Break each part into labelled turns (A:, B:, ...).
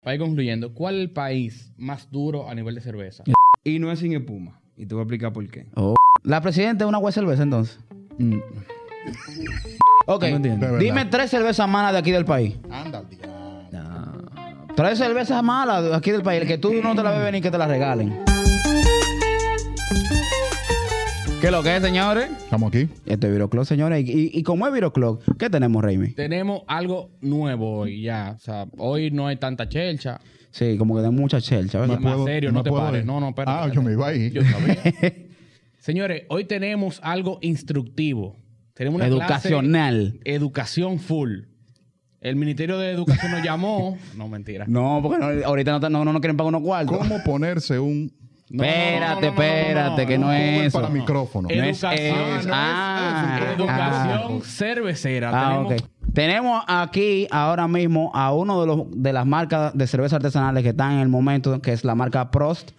A: Para ir concluyendo, ¿cuál es el país más duro a nivel de cerveza?
B: Y no es sin espuma. Y te voy a explicar por qué.
C: Oh. La presidenta es una guay cerveza, entonces.
B: Mm.
C: Ok.
B: No entiendo.
D: De verdad.
C: Dime tres cervezas malas de aquí del país.
D: Anda al diablo.
C: Tres cervezas malas de aquí del país. Que tú no te la bebes ni que te la regalen. ¿Qué es lo que es, señores?
D: Estamos aquí.
C: Esto es Viroclub, señores. Y, y- y como es Viroclub, ¿qué tenemos, Raimi?
A: Tenemos algo nuevo hoy ya. O sea, hoy no hay tanta chelcha.
C: Sí, como que de mucha chelcha, ¿verdad?
A: Más serio, no te
D: puedo
A: pares.
D: ir?
A: No, no, espérate,
D: Ah,
A: espérate.
D: yo me iba ahí.
A: Yo sabía. Señores, hoy tenemos algo instructivo. Tenemos una clase-
C: Educacional.
A: educación full. El Ministerio de Educación nos llamó. No, mentira.
C: No, porque no- ahorita no, te- no, no, no quieren pagar unos cuartos.
D: ¿Cómo ponerse un
A: No, no, no, no,
C: espérate,
A: no, no,
C: espérate, que
A: no,
C: no
D: un
C: es
D: Uber
C: eso.
D: para micrófono?
A: Eh,
C: No es
A: Educación,
C: eso.
A: no
C: Ah,
A: Educación
C: ah.
A: cervecera.
C: Ah,
A: Tenemos-
C: ok. Tenemos aquí ahora mismo a uno de los de las marcas de cerveza artesanales que están en el momento, que es la marca Prost.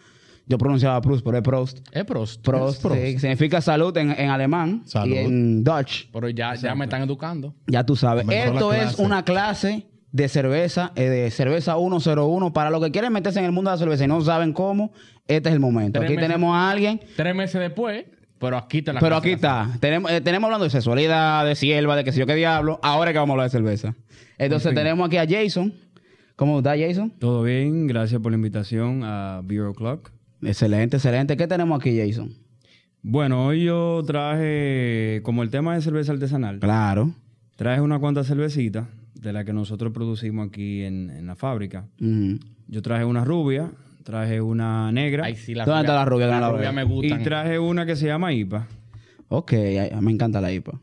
C: Yo pronunciaba Proust, pero es Prost.
A: Es Prost.
C: Prost,
D: Prost?
C: sí, significa salud en, en alemán
D: Salud.
C: y en Dutch.
A: Pero ya, ya me están educando.
C: Ya tú sabes.
D: Comenzó la
C: Esto es
D: clase.
C: una clase de cerveza, eh, de cerveza 101. Para los que quieren meterse en el mundo de la cerveza y no saben cómo, este es el momento.
A: Tres
C: Aquí
A: meses.
C: tenemos a alguien
A: Tres meses después, pero aquí está la
C: Pero
A: clase.
C: aquí está. Tenemos, eh, tenemos hablando de sexualidad, de sierva, de que si yo qué diablo. Ahora es que vamos a hablar de cerveza. Entonces tenemos aquí a Jason. ¿Cómo está Jason?
E: Todo bien, gracias por la invitación a Bureau Clock.
C: Excelente, excelente. ¿Qué tenemos aquí, Jason?
E: Bueno, hoy yo traje, como el tema de cerveza artesanal,
C: Claro.
E: traje unas cuantas cervecitas de las que nosotros producimos aquí en, en la fábrica.
C: Ujú.
E: Yo traje una rubia, traje una negra
A: Ay, sí, la
C: ¿Dónde está la rubia que no la
A: rubia
C: veo?
A: me
E: y
A: gusta.
E: traje una que se llama IPA.
C: Ok, ay, me encanta la IPA.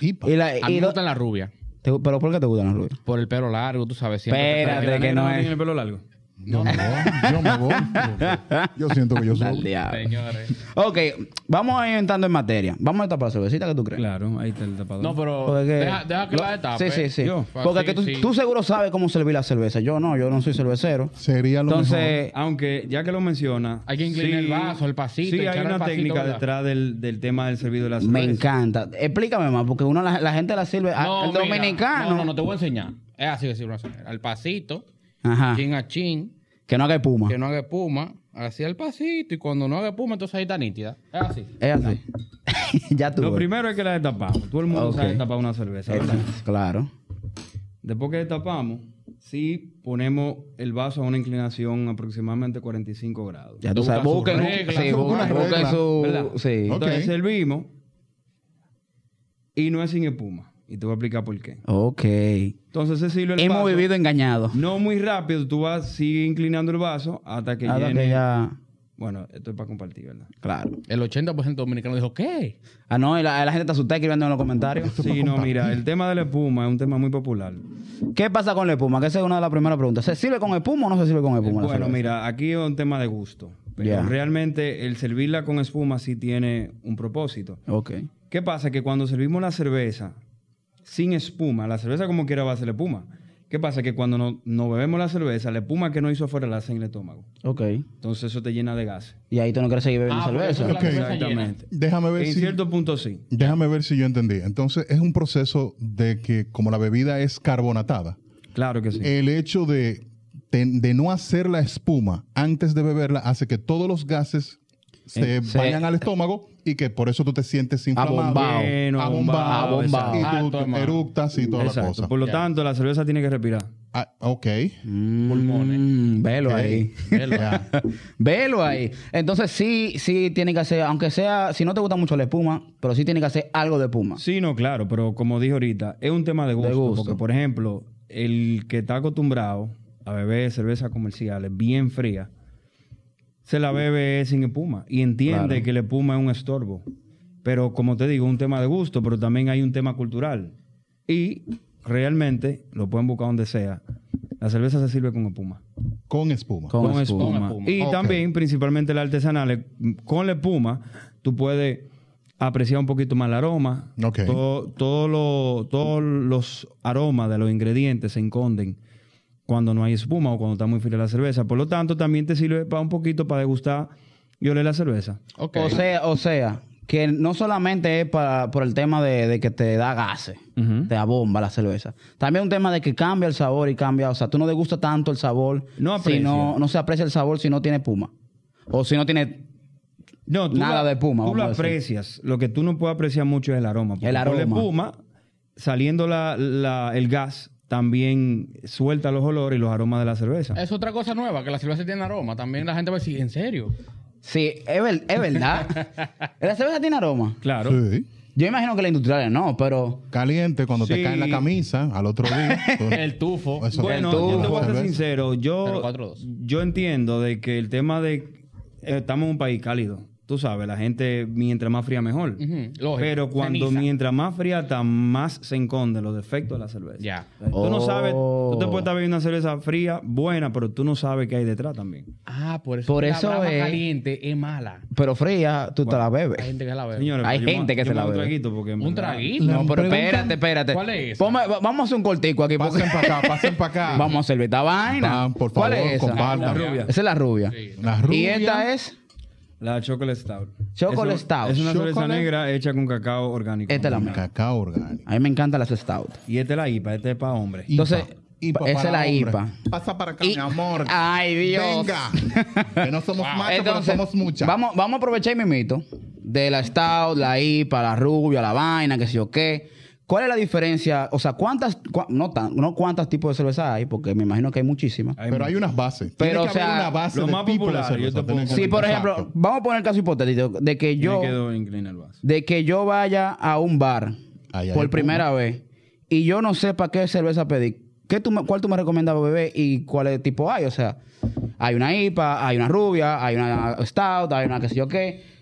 D: IPA?
C: Y la-
A: A mí
C: y
A: me
C: lo-
A: gustan las rubias.
C: te- ¿Pero por qué te gustan las rubias?
A: Por el pelo largo, tú sabes. Siempre
C: Espérate,
E: La
C: que
E: negra
C: no
E: tiene
C: es.
E: el pelo largo.
D: Yo me voy. Yo me voy. Yo siento que yo
C: Al
D: soy.
C: diablo.
A: Señores.
C: Ok, vamos a ir entrando en materia. Vamos a tapar la cervecita que tú crees.
E: Claro, ahí está el tapador.
A: No, pues, pero
C: Porque-
A: deja, deja que la destape.
C: Sí, sí, sí.
E: Yo.
C: Porque
A: Sí,
C: que tú,
A: sí.
C: tú seguro sabes cómo servir la cerveza. Yo no, yo no soy cervecero.
D: Sería lo mejor.
C: Entonces,
E: Aunque ya que lo menciona,
A: Hay que inclinar el vaso, el pasito,
E: Sí, hay
A: echar el
E: una
A: pasito,
E: técnica
A: ¿verdad?
E: detrás del, del tema del servido de la cerveza.
C: Me encanta. Explícame más, porque uno la, la gente la sirve a-
A: No,
C: al
A: mira,
C: dominicano.
A: No, no, no te voy a enseñar. Es así decirlo así. Al pasito,
C: Ajá.
A: chin a chin,
C: Que no haga espuma.
A: que no haga espuma. Así al pasito, y cuando no haga espuma, entonces ahí está nítida. Es así.
C: Es así. ya tú.
E: Lo
C: ves. Ah,
E: primero es que la destapamos. Todo el mundo
C: Ok.
E: sabe destapar una cerveza. ¿verdad?
C: Exacto, Claro.
E: Después que destapamos, sí ponemos el vaso a una inclinación aproximadamente 45 grados.
C: Ya tú sabes.
A: Busca
C: Busquen,
A: su
C: un-
A: regla.
C: sí,
D: Busca
C: busquen,
D: una
C: busquen
D: regla,
C: su.
E: ¿Verdad?
C: Sí.
D: Ok.
E: Entonces servimos y no es sin espuma. Y te voy a explicar por qué.
C: Ok.
E: Entonces se sirve el
C: Hemos
E: vaso.
C: vivido engañados.
E: No muy rápido, tú vas, sigue inclinando el vaso hasta que
C: Ahora
E: llene.
C: que ya.
E: Bueno, esto es para compartir, ¿verdad?
C: Claro.
A: El 80% dominicano dijo, ¿qué?
C: Ah, no, y la, la gente está asustada escribiendo en los comentarios.
E: Sí, no, mira, el tema de la espuma es un tema muy popular.
C: ¿Qué pasa con la espuma? Que esa es una de las primeras preguntas. ¿Se sirve con espuma o no se sirve con espuma? la
E: Bueno,
C: cerveza?
E: mira, aquí es un tema de gusto. Pero
C: Ya.
E: realmente el servirla con espuma sí tiene un propósito.
C: Ok.
E: ¿Qué pasa? Que cuando servimos la cerveza sin espuma, la cerveza como quiera va a ser la espuma. ¿Qué pasa? Que cuando no, no bebemos la cerveza, la espuma que no hizo afuera la hace en el estómago.
C: Ok.
E: Entonces eso te llena de gases.
C: Y ahí tú no quieres seguir bebiendo
A: Ah, porque
C: cerveza.
A: eso es la cerveza llena.
E: Exactamente.
D: Déjame ver
E: En
D: si.
E: cierto punto sí.
D: Déjame ver si yo entendí. Entonces, es un proceso de que, como la bebida es carbonatada,
E: Claro que sí.
D: el hecho de, de, de no hacer la espuma antes de beberla hace que todos los gases se
C: Eh, se-
D: vayan al estómago y que por eso tú te sientes inflamado,
C: Abombao.
E: Lleno,
D: abombado,
E: abombado,
D: y tú
C: exacto.
A: Ah, toma.
D: eructas y toda la
E: Exacto.
D: cosa.
E: Por lo tanto, la cerveza tiene que respirar.
D: Ah, ok.
A: Pulmones.
C: Mm, velo ahí.
A: Velo.
C: Velo ahí. Entonces sí, sí tiene que hacer, aunque sea, si no te gusta mucho la espuma, pero sí tiene que hacer algo de espuma.
E: Sí, no, claro, pero como dije ahorita, es un tema de gusto.
C: De gusto.
E: Porque, por ejemplo, el que está acostumbrado a beber cerveza comerciales bien fría, se la bebe sin espuma y entiende
C: Claro.
E: que la espuma es un estorbo. Pero, como te digo, es un tema de gusto, pero también hay un tema cultural. Y realmente, lo pueden buscar donde sea, la cerveza se sirve con espuma.
D: Con espuma.
C: Con espuma.
A: espuma.
E: Y
D: Ok.
E: también, principalmente la artesanal, eh, con la espuma, tú puedes apreciar un poquito más el aroma.
D: Ok.
E: Todo- todo lo- todos los aromas de los ingredientes se esconden cuando no hay espuma o cuando está muy fría la cerveza. Por lo tanto, también te sirve para un poquito para degustar y oler la cerveza.
A: Ok.
C: O sea, o sea, que no solamente es pa- por el tema de, de que te da gases, te da bomba la cerveza. También un tema de que cambia el sabor y cambia, o sea, tú no degustas tanto el sabor.
E: No
C: si
E: aprecia.
C: no, no se aprecia el sabor si no tiene puma. O si no tiene
E: No, tú
C: Nada
E: la-
C: de puma,
E: Tú
C: vamos
E: lo
C: a decir.
E: aprecias. Lo que tú no puedes apreciar mucho es el aroma. porque
C: El
E: con
C: aroma.
E: puma, saliendo la- la- el gas, también suelta los olores y los aromas de la cerveza.
A: Es otra cosa nueva, que la cerveza tiene aroma. También la gente va a decir, ¿en serio?
C: Sí, es, ver- es verdad. la cerveza tiene aroma.
E: Claro.
D: Sí.
C: Yo imagino que la industrial no, pero
D: Caliente cuando te
E: Sí.
D: cae en la camisa al otro día. Tú-
A: El tufo.
D: Eso-
E: Bueno,
D: tú-
E: yo te voy a ser
D: cerveza.
E: sincero. Yo,
A: 042.
E: yo entiendo de que el tema de... eh, estamos en un país cálido. Tú sabes, la gente mientras más fría mejor.
A: Ujú, lógico.
E: Pero cuando
A: Ceniza.
E: mientras más fría, tan más se esconden los defectos de la cerveza.
A: Ya.
E: Tú no sabes, tú te
C: Oh.
E: puedes estar bebiendo una cerveza fría, buena, pero tú no sabes qué hay detrás también.
A: Ah, por eso,
C: Por
A: que
C: eso
A: la brama
C: es-
A: caliente es mala.
C: pero fría tú te la
A: Hay
C: bebes.
A: gente que la bebe.
E: Señores,
C: Hay
E: yo me-
C: gente que
E: yo
C: se
E: me
C: la
E: hago un
C: bebe.
E: traguito porque en
A: Un
E: verdad-
A: traguito.
C: No, pero
D: preguntan-
C: espérate, espérate.
A: ¿Cuál es esa?
C: Ponme- va- vamos a hacer un cortico aquí porque
D: Pasen para acá, pasen para acá.
C: vamos a servir esta vaina.
D: Pan, por
C: ¿Cuál
D: favor,
C: es esa?
D: compartan.
A: La rubia.
C: Esa es la rubia.
D: La rubia.
C: Y esta es
E: La chocolate stout.
C: Chocolate
E: Eso-
C: stout.
E: Es una cerveza
D: Chocolate.
E: negra hecha con cacao orgánico.
C: esta es la mía.
D: Cacao orgánico.
C: A mí me encantan las stout.
E: Y esta es la IPA, esta es para hombres.
C: Entonces,
D: IPA
C: esa es
D: para
C: la
D: hombres.
C: IPA.
D: Pasa para acá,
C: Y-
D: mi amor.
C: Ay, Dios.
D: Venga. Que no somos machos, pero
C: Entonces,
D: somos muchas.
C: Vamos, vamos a aprovechar mi mito de la Stout, la IPA, la rubia, la vaina, que sé yo qué. ¿Cuál es la diferencia? O sea, ¿cuántas, cua- no, tan, no cuántos tipos de cerveza hay? Porque me imagino que hay muchísimas.
D: Pero hay unas bases.
C: Pero,
D: Tiene que
C: o sea,
D: haber una base
E: lo
D: de
E: más
D: tipo de
E: popular, yo
D: cerveza.
E: te puedo
D: Tiene que-
C: Sí, por ejemplo,
D: Exacto.
C: vamos a poner el caso hipotético de que yo,
E: Me quedo inclinado el vaso.
C: de que yo vaya a un bar
D: Ahí hay
C: por
D: el
C: primera vez y yo no sepa qué cerveza pedir. ¿Qué tú, me- ¿Cuál tú me recomiendas beber y cuál es- tipo hay? O sea, hay una IPA, hay una rubia, hay una Stout, hay una qué sé yo qué.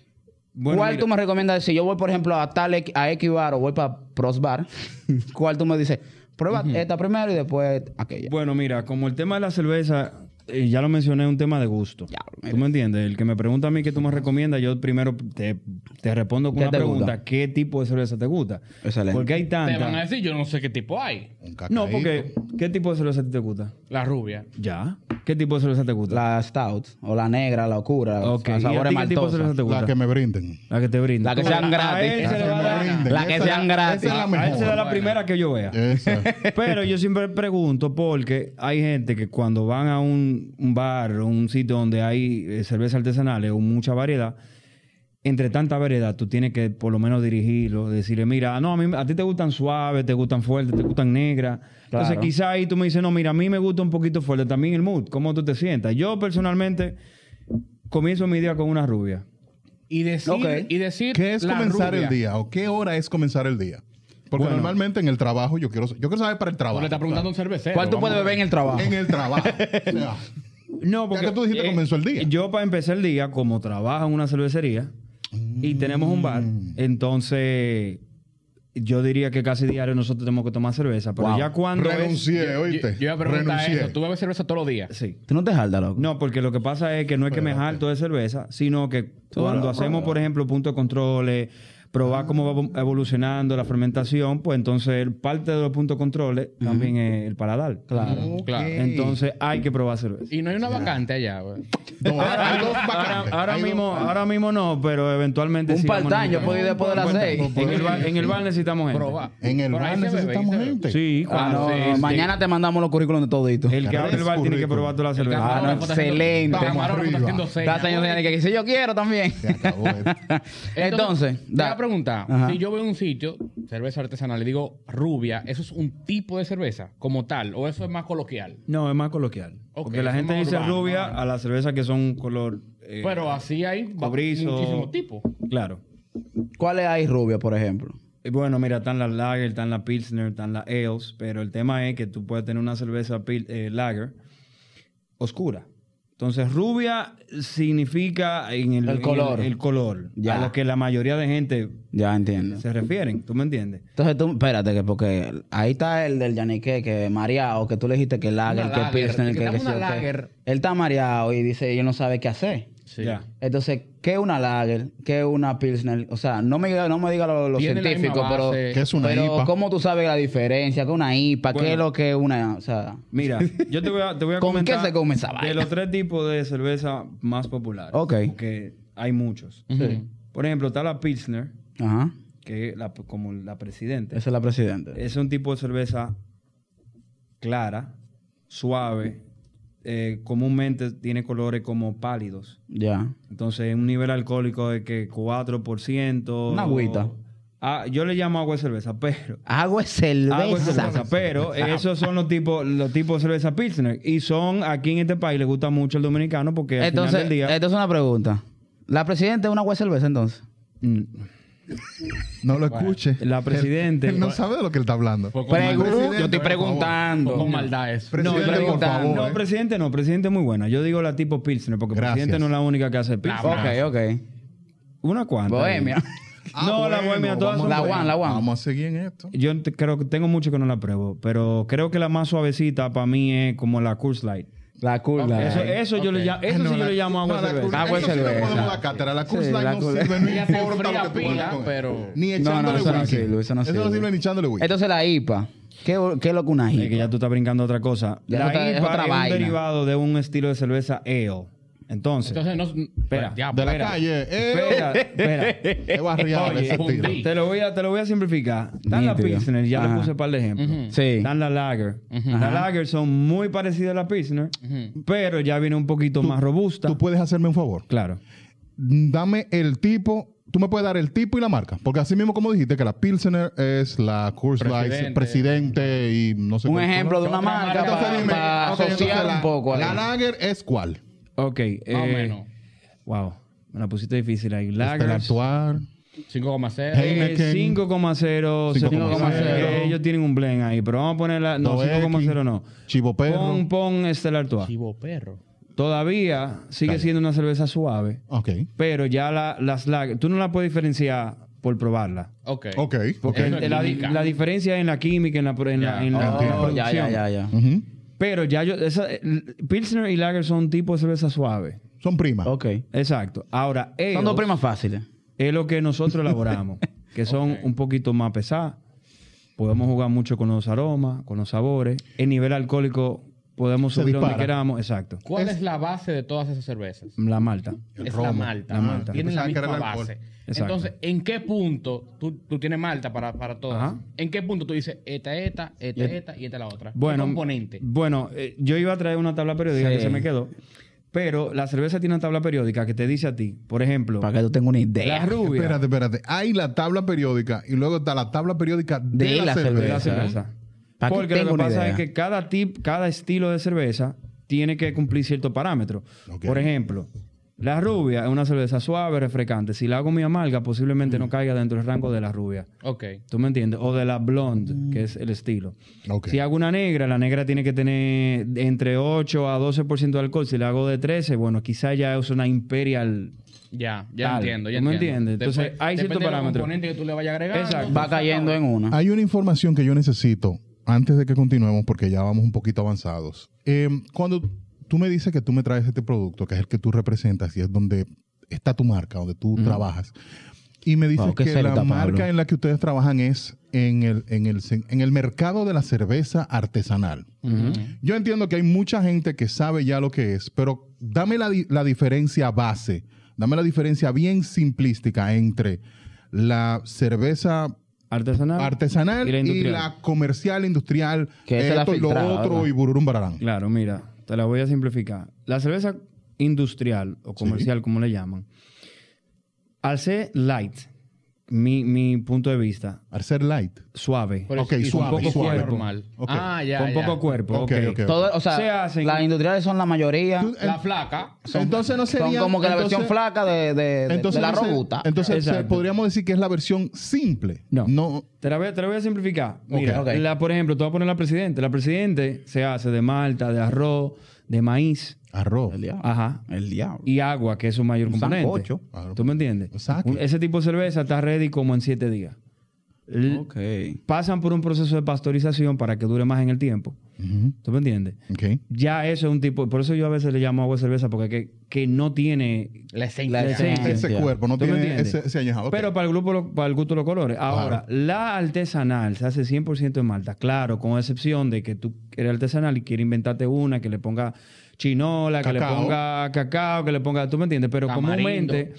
E: Bueno,
C: ¿Cuál
E: mira,
C: tú me recomiendas? Si yo voy, por ejemplo, a tal equ- a X bar o voy para Pros Bar, ¿cuál tú me dices? Prueba esta primero y después aquella.
E: Bueno, mira, como el tema de la cerveza, eh, ya lo mencioné, es un tema de gusto.
C: Ya, mira.
E: ¿Tú me entiendes? El que me pregunta a mí qué tú me recomiendas, yo primero te, te respondo con
C: ¿Qué
E: una
C: te
E: pregunta.
C: gusta?
E: ¿Qué tipo de cerveza te gusta?
C: Excelente.
E: Porque hay
A: Te van a
E: tantas.
A: decir, yo no sé qué tipo hay.
D: Un cacaíto.
E: No, porque ¿qué tipo de cerveza a ti te gusta?
A: La rubia.
E: Ya. ¿Qué tipo de cerveza te gusta?
C: La Stout o la negra, la oscura,
E: Ok.
C: la
E: ¿Y a
C: sabor
E: ti ¿Qué tipo de cerveza te gusta?
D: La que me brinden.
E: La que te brinda.
C: La que sean
E: A
C: gratis.
E: él
C: La
E: se
D: que
E: le va a
D: me
E: dar-
D: brinden.
C: La que
D: Esa-
C: sean gratis.
D: Esa es la
E: a él se da
D: mejor.
E: la primera que yo vea.
D: Esa.
E: Pero yo siempre pregunto porque hay gente que cuando van a un, un bar o un sitio donde hay eh, cerveza artesanales o mucha variedad, entre tanta variedad tú tienes que por lo menos dirigirlo, decirle, mira, no, a, mí, a ti te gustan suaves, te gustan fuertes, te gustan negras. Entonces
C: Claro.
E: quizá ahí tú me dices, no, mira, a mí me gusta un poquito fuerte también el mood, cómo tú te sientas. Yo personalmente comienzo mi día con una rubia.
A: Y decir,
C: Ok.
A: y decir
D: ¿Qué es
A: la
D: comenzar
A: rubia.
D: el día? ¿O qué hora es comenzar el día? Porque normalmente en el trabajo yo quiero, yo quiero saber para el
A: Tú
D: trabajo.
A: le estás preguntando a un cervecero.
C: ¿Cuál tú
A: vamos
C: puedes
A: a ver.
C: beber en el trabajo?
D: En el trabajo. O sea,
E: No, porque eh,
D: que tú dijiste comenzó el día.
E: Yo para empezar el día, como trabajo en una cervecería
D: Mm.
E: y tenemos un bar, entonces yo diría que casi diario nosotros tenemos que tomar cerveza, pero
C: Wow.
E: ya cuando es-
D: renuncié,
A: Yo,
D: oíste.
A: yo iba a preguntar
D: renuncié.
A: eso. ¿Tú bebes cerveza todos los días?
E: Sí.
C: Tú no te jaldas, loco.
E: No, porque lo que pasa es que no es que me jalto de cerveza, sino que cuando hacemos, por ejemplo, punto de controles, probar cómo va evolucionando la fermentación, pues entonces parte de los puntos de controles también es el paladar.
C: Claro.
D: Ok.
A: Claro.
E: Entonces hay que probar cerveza.
A: Y no hay una vacante allá, güey.
D: No, hay dos
E: Ahora,
D: vacantes.
E: ahora
D: Hay dos
E: mismo,
D: vacantes.
E: ahora mismo no, pero eventualmente
C: Un
E: sí vamos a
C: part-time, yo
E: necesitar.
C: puedo ir después de las
E: Bueno,
C: seis.
E: En el bar, en el bar necesitamos gente.
A: Proba.
D: En el
A: Por ahí
D: bar
A: se bebe,
D: necesitamos
A: se bebe.
D: gente.
E: Sí,
C: Ah,
E: cuando
C: no,
A: sí,
C: no,
A: sí.
C: Mañana te mandamos los currículum de todito.
E: el que abre el bar tiene que probar toda la cerveza.
C: Ah, no, excelente.
A: Está camarón, está
D: Arriba.
A: haciendo señas.
C: Está señor, señor, que si yo quiero también.
D: Se acabó esto.
C: Entonces,
A: te voy
C: da-
A: a preguntar.
C: Ajá.
A: Si yo veo un sitio, cerveza artesanal, le digo rubia, ¿eso es un tipo de cerveza como tal? ¿O eso es más coloquial?
E: No, es más coloquial.
A: Ok,
E: porque la
A: es
E: gente
A: más
E: dice
A: urbano,
E: rubia
A: urbano.
E: a las cervezas que son color. eh,
A: Pero así hay va-
E: cobrizo.
A: muchísimos tipos.
E: Claro.
C: ¿cuáles hay rubia, por ejemplo?
E: Y Bueno, mira, están las lager, están las pilsner, están las ales, pero el tema es que tú puedes tener una cerveza pil- eh, lager oscura. Entonces, rubia significa en el,
C: El
E: en
C: color.
E: el color,
C: Ya.
E: a lo que la mayoría de gente
C: Ya entiendo.
E: se refieren, ¿tú me entiendes?
C: Entonces tú, espérate, que porque ahí está el del Yanique, que mareado, que tú le dijiste que lager,
A: Una
C: que
A: lager,
C: pilsner,
A: que
C: que,
A: dame
C: que sí,
A: una
C: ok.
A: lager.
C: Él está mareado y dice, yo no sabe qué hacer.
A: Sí.
E: Ya.
C: Entonces, ¿qué es una lager? ¿Qué es una pilsner? O sea, no me, diga- no me diga lo, lo
A: Tiene la misma
C: científico, pero,
A: base.
D: ¿Qué es una
C: pero
D: IPA?
C: ¿cómo tú sabes la diferencia? ¿Qué es una IPA? ¿Qué es
E: Bueno.
C: lo que es una...? O sea,
E: Mira, yo te voy a, te voy a
C: ¿Con
E: comentar
C: qué se come esa
E: de
C: vaina?
E: los tres tipos de cerveza más populares.
C: Ok.
E: Porque hay muchos.
A: Ujú.
E: Por ejemplo, está la Pilsner,
C: Ajá.
E: que es la- como la presidente.
C: Esa es la presidenta.
E: Es un tipo de cerveza clara, suave, eh, comúnmente tiene colores como pálidos.
C: Ya.
E: Entonces, un nivel alcohólico de que 4%.
C: Una agüita.
E: Ah, yo le llamo agua de cerveza, pero.
C: Agua es cerveza.
E: Agua de cerveza, pero esos son los tipos, los tipos de cerveza Pilsner. Y son, aquí en este país, le gusta mucho el dominicano porque al
C: Entonces, eh,
E: final del día.
C: entonces una pregunta. La presidenta es una agua de cerveza entonces.
E: Mm,
D: No lo escuche.
E: la presidente.
D: Él no sabe de lo que él está hablando.
A: Fue con
C: Pregun-
A: maldad-
D: presidenta,
C: yo estoy
D: por favor.
A: fue
C: preguntando.
A: con maldad eso.
D: Presidente,
E: no, pero-
D: por favor.
E: no,
D: eh.
E: presidente no, presidente muy buena. Yo digo la tipo Pilsner, porque
D: Gracias.
E: presidente no es la única que hace Pilsner.
C: Ok, ok.
E: Una cuanta.
C: Bohemia.
D: Ah,
E: no, la
D: bueno,
E: bohemia, todas
D: vamos
E: son
C: La
E: buenas.
C: one, la one.
D: Vamos a seguir en esto.
E: Yo te- creo que tengo mucho que no la pruebo, pero creo que la más suavecita para mí es como la Curse Light.
C: La cool. la-
E: Eso, eso yo le llamo, eso
D: Ah, no,
E: sí yo
D: la-
E: le llamo agua
D: no,
E: de
D: la
E: cerveza.
D: Cruz-
C: Agua
D: eso
C: de
D: sí le
C: cerveza.
D: podemos dar cátedra. La Cruz
C: Sí,
D: Light
C: la
D: no
C: Cruz-
D: sirve, no
A: Ella se
D: importa
A: enfría
D: lo que tú
A: pila,
D: hagas con
A: pero-
D: él. Ni
C: No, no,
D: echándole
C: eso no
D: whisky.
C: sirve, eso no
D: Eso no
C: sirve.
D: sirve ni echándole whisky.
C: Entonces la IPA. ¿Qué, qué es lo que una
E: Es que
C: IPA?
E: ya tú estás brincando a otra cosa.
C: Ya
E: la
C: es otra- es
E: IPA es,
C: otra vaina.
E: un derivado de un estilo de cerveza ale. Entonces,
A: Entonces, no. Espera, ya,
D: De la
A: espera.
D: calle.
E: espera,
D: Eh,
E: espera.
D: es barriada
A: Oye,
D: ese
A: fundí.
D: tiro.
E: Te lo voy a, te lo voy a simplificar. Están las
C: Nítido.
E: Pilsner, ya
C: Ajá.
E: le puse un par de ejemplos.
C: Sí.
E: Están las Lager. Las Lager son muy parecidas a la Pilsner, pero ya viene un poquito más robusta.
D: Tú puedes hacerme un favor.
E: claro.
D: Dame el tipo. Tú me puedes dar el tipo y la marca. Porque así mismo, como dijiste, que la Pilsener es la Coors Light,
A: Presidente.
D: presidente y no sé
C: Un
D: cuál-
C: ejemplo de una
A: Otra
C: marca
A: marca.
D: Entonces,
C: para,
D: dime,
C: para
D: ok, entonces
C: asociar
D: la-
C: un poco. ahí.
D: La Lager es cuál?
E: Ok.
A: Más o
E: eh,
A: menos.
E: Wow. Me la pusiste difícil ahí. Lager.
D: El actual.
A: 5,0.
D: Hey.
E: eh,
D: Heineken.
E: 5,0
D: 5,0.
E: Eh, Ellos tienen un blend ahí, pero vamos a ponerla. No, 5,0 no.
D: Chivo Perro.
E: Pon, pon Estela Artois.
A: Chivo perro.
E: Todavía sigue siendo una cerveza suave,
D: Ok.
E: pero ya la- las lager. Tú no la puedes diferenciar por probarla.
A: Ok.
D: Ok.
E: Porque
A: Eso es
E: la,
A: química.
E: la diferencia en la química, en la, en la-
A: Ya.
E: en la-
C: Oh,
E: en la
C: ya,
E: producción.
C: ya, ya, ya.
D: Ujú.
E: Pero ya yo. esa- el- Pilsner y Lager son tipo de cerveza suave.
D: Son primas.
C: Ok.
E: Exacto. Ahora,
C: Son dos
E: ellos
C: primas fáciles.
E: es lo que nosotros elaboramos, que son un poquito más pesadas. Podemos jugar mucho con los aromas, con los sabores. El nivel alcohólico podemos
D: Se
E: subir donde
D: dispara.
E: queramos. Exacto.
A: ¿Cuál es la base de todas esas cervezas?
E: La malta.
A: es la malta.
E: La malta.
A: Tienen la
D: Yo pensaba que era
A: misma
D: el alcohol.
A: base.
E: Exacto.
A: Entonces, ¿en qué punto tú, tú tienes malta para, para todas?
E: Ajá.
A: ¿En qué punto tú dices esta, esta, esta, esta y esta la otra?
E: Bueno,
A: ¿Qué componente?
E: Bueno, eh, yo iba a traer una tabla periódica
C: Sí.
E: que se me quedó. Pero la cerveza tiene una tabla periódica que te dice a ti, por ejemplo,
C: Para que tú tengas una idea.
E: la rubia
D: Espérate, espérate. Hay la tabla periódica y luego está la tabla periódica de,
C: De
D: la,
C: la
E: de
D: cerveza.
E: la cerveza.
C: Para
E: Porque
C: que
E: lo
C: tenga
E: que
C: una
E: pasa
C: idea.
E: es que cada tip, cada estilo de cerveza tiene que cumplir ciertos parámetros.
D: Ok.
E: Por ejemplo, la rubia es una cerveza suave, refrescante. Si la hago muy amarga, posiblemente
C: Mm.
E: no caiga dentro del rango de la rubia.
A: Ok.
E: ¿Tú me entiendes? O de la blonde,
C: Mm.
E: que es el estilo.
D: Ok.
E: Si hago una negra, la negra tiene que tener entre 8 a 12% de alcohol. Si la hago de 13, bueno, quizá ya es una imperial.
A: Ya, ya
E: Tal.
A: entiendo. Ya
E: ¿Tú me
A: entiendo.
E: entiendes? Entonces, hay
A: depende de
E: cierto
A: los
E: parámetro.
A: componentes que tú le vayas agregando.
E: Exacto.
A: tú
C: Va cayendo en una.
D: Hay una información que yo necesito antes de que continuemos porque ya vamos un poquito avanzados. Eh, cuando tú me dices que tú me traes este producto, que es el que tú representas y es donde está tu marca, donde tú trabajas, y me dices
C: Wow, qué
D: que la
C: cerca,
D: marca
C: Pablo.
D: en la que ustedes trabajan es en el, en el, cen- en el mercado de la cerveza artesanal. Yo entiendo que hay mucha gente que sabe ya lo que es, pero dame la, di- la diferencia base, dame la diferencia bien simplística entre la cerveza
E: Artesanal.
D: artesanal
E: Y la
D: y
E: industrial.
D: la comercial, industrial,
C: Que esa es la
D: esto y lo
C: filtrada,
D: otro
C: ¿verdad?
D: y bururum bararán.
E: Claro, mira, te la voy a simplificar. La cerveza industrial o comercial, como le llaman, al ser light, mi, mi punto de vista,
D: Arcer light.
E: suave,
A: Pero
D: Ok,
A: es- y
D: suave,
A: Con poco
D: suave.
A: cuerpo. Normal.
D: Ok.
A: Ah, ya.
E: con
A: ya.
E: poco cuerpo.
D: Ok,
E: ok.
D: ok.
C: Todo, o sea,
E: Se hacen-
C: las industriales son la mayoría.
D: Tú-
A: La flaca.
D: entonces no
C: Son
D: sería
C: como que la
D: entonces-
C: versión flaca de, de- de- de
D: entonces
C: la
D: no se-
C: robusta.
D: Entonces se-
E: Exacto.
D: podríamos decir que es la versión simple.
E: No. Te la voy, te la voy a simplificar. Mira,
C: ok.
E: la- por ejemplo, te voy a poner la presidente. La presidente se hace de malta, de arroz, de maíz,
D: arroz.
C: el diablo.
E: ajá,
C: El diablo.
E: y agua, que es su mayor componente.
C: sancocho.
D: Claro.
E: ¿Tú me entiendes?
D: Un saque.
E: Un- ese tipo de cerveza está ready como en siete días. L-
C: Ok.
E: Pasan por un proceso de pastorización para que dure más en el tiempo.
D: Ujú.
E: ¿Tú me entiendes?
D: Ok.
E: Ya eso es un tipo, por eso yo a veces le llamo agua de cerveza, porque que, que no tiene...
A: La esencia.
C: La
E: La
C: esencia.
E: esencia.
D: Ese cuerpo no
E: ¿Tú me
D: tiene
E: entiendes?
D: ese, ese añejado. Ok.
E: Pero para el, grupo, lo- para el gusto de los colores. Ahora, la artesanal se hace 100% en Malta, claro, con excepción de que tú eres artesanal y quieres inventarte una que le ponga chinola, que le
D: Cacao.
E: ponga cacao, que le ponga, tú me entiendes, pero
A: Tamarindo.
E: comúnmente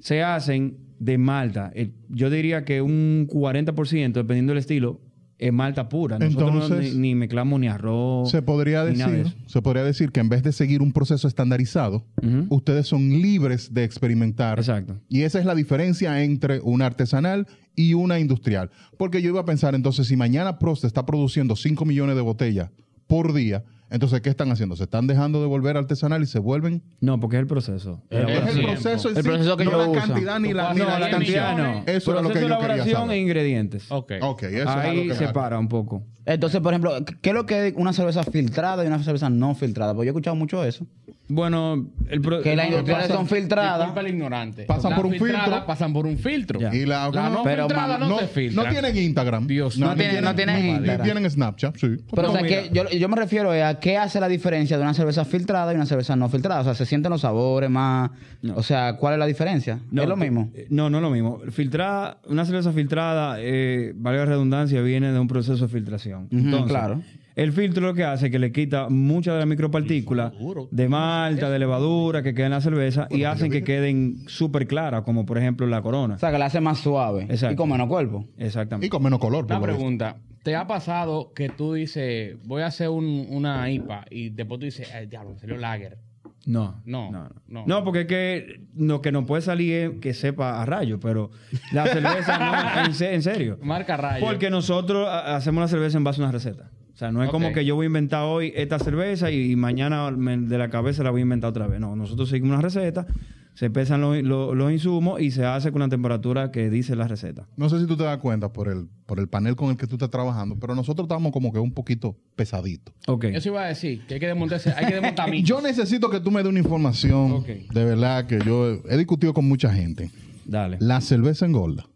E: se hacen de malta. El- yo diría que un 40%, dependiendo del estilo, es malta pura. Nosotros no-
D: Entonces,
E: ni, ni mezclamos ni arroz.
D: Se podría
E: ni nada de
D: decir,
E: eso.
D: se podría decir que en vez de seguir un proceso estandarizado,
E: Ujú.
D: ustedes son libres de experimentar.
E: Exacto.
D: Y esa es la diferencia entre una artesanal y una industrial. Porque yo iba a pensar, entonces, si mañana Prost está produciendo 5 millones de botellas por día, entonces, ¿qué están haciendo? Se están dejando de volver artesanal y se vuelven.
E: No, porque es el proceso.
A: Eh,
E: La
A: Ahora
D: Es el
A: tiempo.
D: proceso, en
C: El
D: sí,
C: proceso que
D: no
C: ellos
D: la
C: usan.
D: cantidad ni la, ni
E: No,
D: la
E: la
D: extensión.
E: cantidad no.
D: Eso era
E: Proceso de
D: lo que yo quería
E: elaboración
D: saber.
E: e ingredientes.
A: Ok.
D: Ok, eso
E: Ahí
D: es a lo que
E: se
D: me-
E: para un poco.
C: Entonces, por ejemplo, ¿qué es lo que es una cerveza filtrada y una cerveza no filtrada? Porque yo he escuchado mucho eso.
E: Bueno, el pro-
C: Que las industriales
A: Pasan-
C: son filtradas.
A: Disculpa el ignorante.
D: Pasan
A: Las
D: por un
A: filtradas
D: filtro.
A: Pasan por un filtro.
E: Ya.
D: Y la,
A: La no
C: pero
A: filtrada
C: mama,
A: no, se filtra.
D: no tienen Instagram.
A: Dios
C: No
D: ni
C: tienen- no tienen
D: ni
C: Instagram.
D: tienen Snapchat, sí.
C: Pero, o sea,
E: No,
C: que yo, yo me refiero a qué hace la diferencia de una cerveza filtrada y una cerveza no filtrada. O sea, se sienten los sabores más.
E: No.
C: O sea, ¿cuál es la diferencia?
E: No,
C: es lo mismo.
E: eh, No, no es lo mismo. Filtrada, una cerveza filtrada, eh, valga la redundancia, viene de un proceso de filtración.
C: Ujú, claro.
E: El filtro lo que hace es que le quita muchas de las micropartículas
A: Seguro.
E: de malta, de levadura que queda en la cerveza y hacen que queden súper claras, como por ejemplo la corona.
C: O sea, que la hace más suave.
E: Exacto.
C: Y con menos cuerpo.
D: Y
E: Exactamente.
D: con menos color. por
A: Una
D: lo visto.
A: pregunta. ¿Te ha pasado que tú dices, voy a hacer un- una IPA y después tú dices, eh, diablo, me salió lager?
E: No,
A: No,
E: no,
A: no.
E: no. No, porque es que lo que nos puede salir es que sepa a rayo, pero la cerveza no, en, se- en serio.
A: Marca rayo.
E: Porque nosotros ha- hacemos la cerveza en base a una receta. O sea, no es como
A: Ok.
E: que yo voy a inventar hoy esta cerveza y, y mañana me- de la cabeza la voy a inventar otra vez. No, nosotros seguimos una receta, se pesan los, los- los insumos y se hace con la temperatura que dice la receta.
D: No sé si tú te das cuenta por el, por el panel con el que tú estás trabajando, pero nosotros estamos como que un poquito pesaditos.
E: Ok.
A: Eso iba a decir, que hay que desmontar, hay que desmontar mitos.
D: Yo necesito que tú me des una información
E: Ok.
D: de verdad que yo he, he discutido con mucha gente.
E: Dale.
D: La cerveza engorda.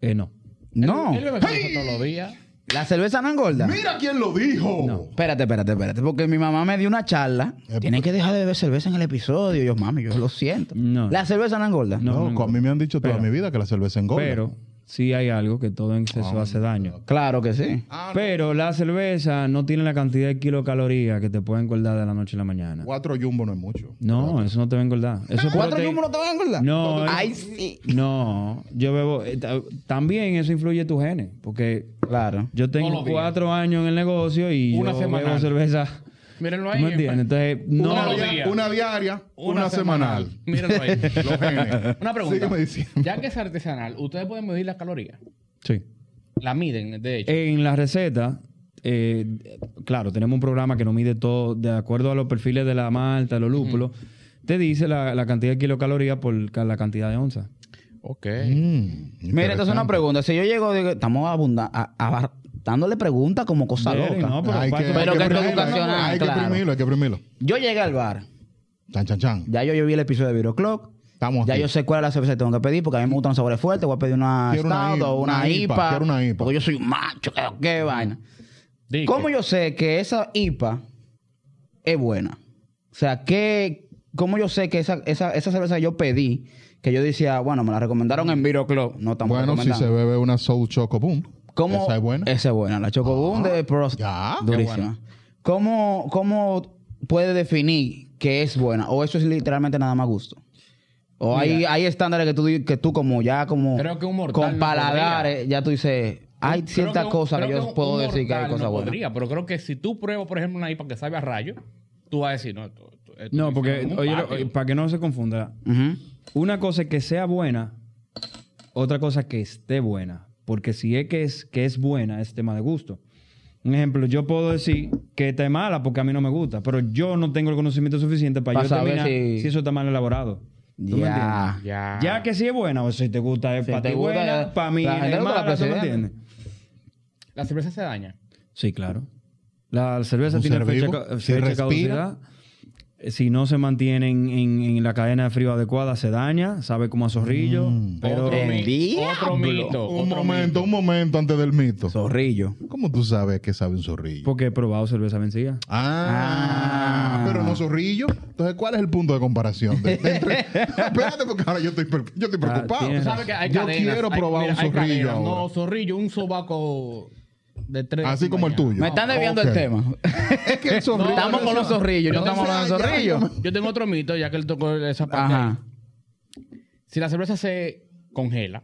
E: Eh, no.
C: No.
A: Él bebe cerveza todos los días.
C: La cerveza no engorda.
D: Mira quién lo dijo.
C: Espérate, espérate, espérate. Porque mi mamá me dio una charla.
D: Eh,
C: Tienen que dejar de beber cerveza en el episodio. Y Yo, mami, yo lo siento.
E: No.
C: La cerveza no engorda.
E: No.
D: Loco, a mí me han dicho toda
E: Pero-
D: mi vida que la cerveza engorda.
E: Pero sí hay algo que todo en exceso hace daño.
C: Claro que sí.
D: Ah,
E: Pero la cerveza no tiene la cantidad de kilocalorías que te pueden engordar de la noche a la mañana.
D: Cuatro jumbo no es mucho.
E: No, eso no te va a engordar. Eso es
C: ¿Cuatro
E: proteína.
C: números te van a engordar?
E: No, eh.
C: Ay,
E: es-
C: sí.
E: No, yo bebo. eh, ta- También eso influye tus genes, porque
C: Claro.
E: yo
A: Todos
E: tengo
A: los días.
E: cuatro años en el negocio y
A: Una
E: yo
A: semanal.
E: bebo cerveza.
A: Mírenlo
E: ¿Tú
A: ahí. pues.
E: me entiendes? Entonces,
A: Una
E: no.
D: una,
A: los
D: dia-
A: días.
D: una diaria, una, semanal.
A: Mírenlo ahí.
D: Los genes.
A: Una
D: Sígueme
A: pregunta.
D: diciendo.
A: Ya que es artesanal, ¿ustedes pueden medir las calorías?
E: Sí.
A: La miden, de hecho.
E: En la receta, eh, claro, tenemos un programa que nos mide todo de acuerdo a los perfiles de la malta, los lúpulos. Te dice la, la cantidad de kilocalorías por ca- la cantidad de onzas.
A: Ok.
D: Mm,
C: Mira, entonces una
D: interesante.
C: pregunta. Si yo llego, digo, estamos abunda- a- a- dándole preguntas como cosa
E: Dele,
C: loca.
E: no, pero
D: Hay que,
E: pasa-
C: Pero que
D: hay que
C: esto
D: primirlo,
C: ocasional,
D: hay que
C: claro.
D: primirlo, hay que primirlo.
C: Yo llegué al bar.
D: Chan, chan, chan.
C: Ya yo, yo vi el episodio de Viro Clock.
D: Estamos
C: Ya
D: aquí.
C: yo sé cuál es la cerveza que tengo que pedir porque a mí me gustan los sabores fuertes. Voy a pedir una
D: Quiero una
C: Stout
D: IPA,
C: o una,
D: una IPA,
C: IPA,
D: quiero una IPA.
C: Porque yo soy un macho. ¿Qué, qué vaina? ¿Cómo yo sé que esa IPA es buena? O sea, ¿qué, ¿cómo yo sé que esa, esa, esa cerveza que yo pedí, que yo decía, bueno, me la recomendaron en Viro Club, no tan
D: Bueno, si se bebe una Soul Choco Boom.
C: ¿Cómo,
D: Esa es buena. Ah,
C: Esa es buena, la Choco Boom de Prost.
D: ya, qué
C: Durísima. ¿Cómo, ¿Cómo puede definir que es buena? ¿O eso es literalmente nada más gusto? ¿O hay, hay estándares que tú, di- que tú como ya como...
A: Creo que un mortal
C: Con
A: no
C: paladares, ya tú dices, hay ciertas cosas que yo puedo decir que hay cosas
A: no
C: buenas.
A: Podría, pero creo que si tú pruebas, por ejemplo, una IPA que sabe a rayo, tú vas a decir, no, esto, esto- esto
E: No,
A: es
E: porque,
A: un
E: oye,
A: patio.
E: oye, para que no se confunda,
C: Ujú.
E: Una cosa es que sea buena, otra cosa es que esté buena. Porque si es que es, que es buena, es tema de gusto. Un ejemplo, yo puedo decir que está mala porque a mí no me gusta, pero yo no tengo el conocimiento suficiente para
C: Pa'
E: yo
C: saber
E: determinar
C: si-
E: si... eso está mal elaborado. ¿Tú me
C: Ya.
E: entiendes?
A: Ya.
E: Ya que si es buena, o Ah. si te gusta, es
C: Si
E: para
C: te
E: ti
C: gusta,
E: buena,
C: ya-
E: para mí
C: la gente
E: es
C: no te la
E: mala, ¿tú me
C: presidenta.
E: entiendes?
A: La cerveza se daña.
E: Sí, claro. La cerveza
D: Un
E: tiene
D: ser
E: fecha,
D: vivo,
E: ca-
D: si
E: fecha
D: respira.
E: caducidad. Eh, Si no se mantienen en, en la cadena de frío adecuada, se daña, sabe como a zorrillo.
A: Mm.
E: Pero
A: otro, mi-
C: El diablo.
A: otro mito.
D: Un
A: otro
D: momento,
A: mito.
D: un momento antes del mito.
C: Zorrillo.
D: ¿Cómo tú sabes que sabe un zorrillo?
E: porque he probado cerveza vencida.
C: Ah.
D: Ah, pero no zorrillo. Entonces, ¿cuál es el punto de comparación? De- de entre- Espérate, porque ahora yo estoy, per- yo estoy preocupado.
E: tienes
A: ¿Sabes que hay
D: yo
A: cadenas?
D: quiero
A: Hay-
D: probar
A: mira,
D: un
A: hay
D: zorrillo
A: cadenas. No,
D: ahora.
A: zorrillo, un sobaco de tres.
D: Así como el tuyo.
C: Me están debiendo
D: Ok.
C: el tema.
D: Es que el zorrillo.
C: estamos con los zorrillos, no
A: Yo
C: estamos
D: pensé-
C: hablando de
D: ya, ya,
C: zorrillos.
A: Yo tengo otro mito, ya que él tocó esa parte.
C: Ajá.
A: ahí. Si la cerveza se congela,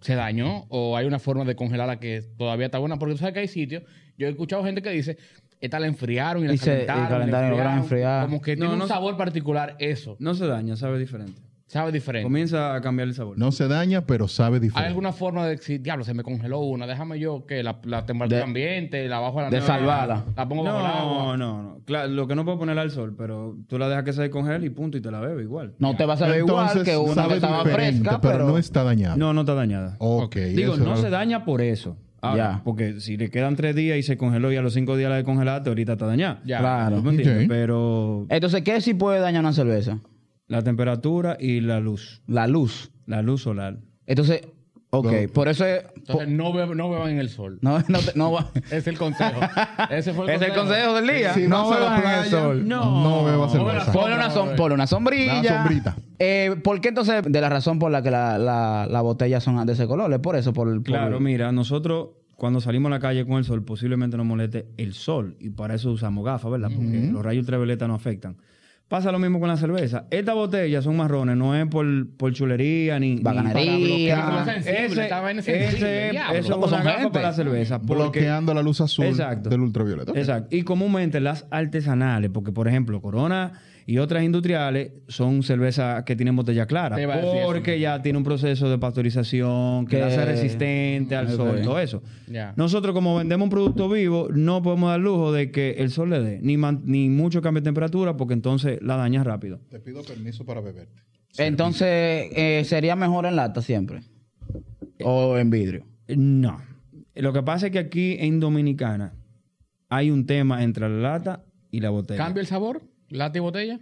A: se dañó o hay una forma de congelarla que todavía está buena, porque tú sabes que hay sitios. Yo he escuchado gente que dice, esta la enfriaron y la
C: Y se- y
A: calentaron. la
C: calentaron y lograron
A: enfriaron".
C: enfriar.
A: Como que
E: No,
A: tiene
E: no
A: un
E: se-
A: sabor particular eso.
E: No se daña, sabe diferente.
A: Sabe diferente.
E: Comienza a cambiar el sabor.
D: No se daña, pero sabe
A: ¿Hay
D: diferente.
A: alguna forma de decir, diablo, se me congeló una? Déjame yo que la, la temperatura
C: De-
A: ambiente, la bajo a la
C: de
A: nevera,
C: salvarla.
A: La pongo bajo el agua.
E: No, no, no. Claro, lo que no puedo poner al sol, pero tú la dejas que se descongele y punto, y te la bebes igual.
C: No te vas a ver igual
D: Entonces,
C: que una que
D: sabe
C: estaba
D: diferente,
C: fresca,
D: pero,
C: pero...
D: no está dañada.
E: No, no está dañada.
D: Ok.
E: Digo,
D: eso
E: no
D: era-
E: se daña por eso. Ahora,
C: Ya.
E: Porque si le quedan tres días y se congeló y a los cinco días la descongelaste, ahorita está dañada.
A: Ya.
E: ¿Tú
C: Claro.
E: me entiendes?
D: Ok.
E: Pero
C: Entonces, ¿qué sí puede dañar una cerveza?
E: la temperatura y la luz.
C: La luz.
E: La luz solar.
C: Entonces, ok,
D: No.
C: por eso es...
A: Entonces, no, beb- no beban en el sol.
C: No, no, te- no va-
A: Es el consejo. Ese fue
C: Es el consejo del día.
D: Si
C: no
D: vas a la
C: beban en el
D: playa,
C: sol.
D: no, bebas cerveza.
A: No.
C: Ponle una, som- ponle una sombrilla.
D: Una sombrita.
C: Eh, ¿Por qué entonces? De la razón por la que las la, la botellas son de ese color. Es por eso, por el... por-
E: Claro, mira, nosotros cuando salimos a la calle con el sol, posiblemente nos moleste el sol. Y para eso usamos gafas, ¿verdad? Porque los rayos ultravioleta nos afectan. Pasa lo mismo con la cerveza. Estas botellas son marrones, no es por, por chulería ni. ni para
C: Bacanería.
E: bloquear.
A: Son sensibles,
E: Ese-
A: esta vaina es
E: ese-
A: sensible, diablo.
E: Eso
C: Como
E: es una
C: son
E: gafa
C: gente.
E: para la cerveza. porque-
D: bloqueando la luz azul
E: Exacto.
D: del ultravioleta. Ok.
E: Exacto. Y comúnmente las artesanales, porque por ejemplo, Corona y otras industriales son cervezas que tienen botella clara.
A: Te iba a decir eso.
E: Porque ya tiene un proceso de pasteurización que la hace
C: Que-
E: resistente al sol, todo eso.
A: Ya.
E: Nosotros, como vendemos un producto vivo, no podemos dar lujo de que el sol le dé, ni, man- ni mucho cambio de temperatura, porque entonces la dañas rápido.
D: Te pido permiso para beberte.
C: Entonces, eh, ¿sería mejor en lata siempre? ¿O en vidrio?
E: No. Lo que pasa es que aquí en Dominicana hay un tema entre la lata y la botella.
A: ¿Cambia el sabor? ¿Lata y botella?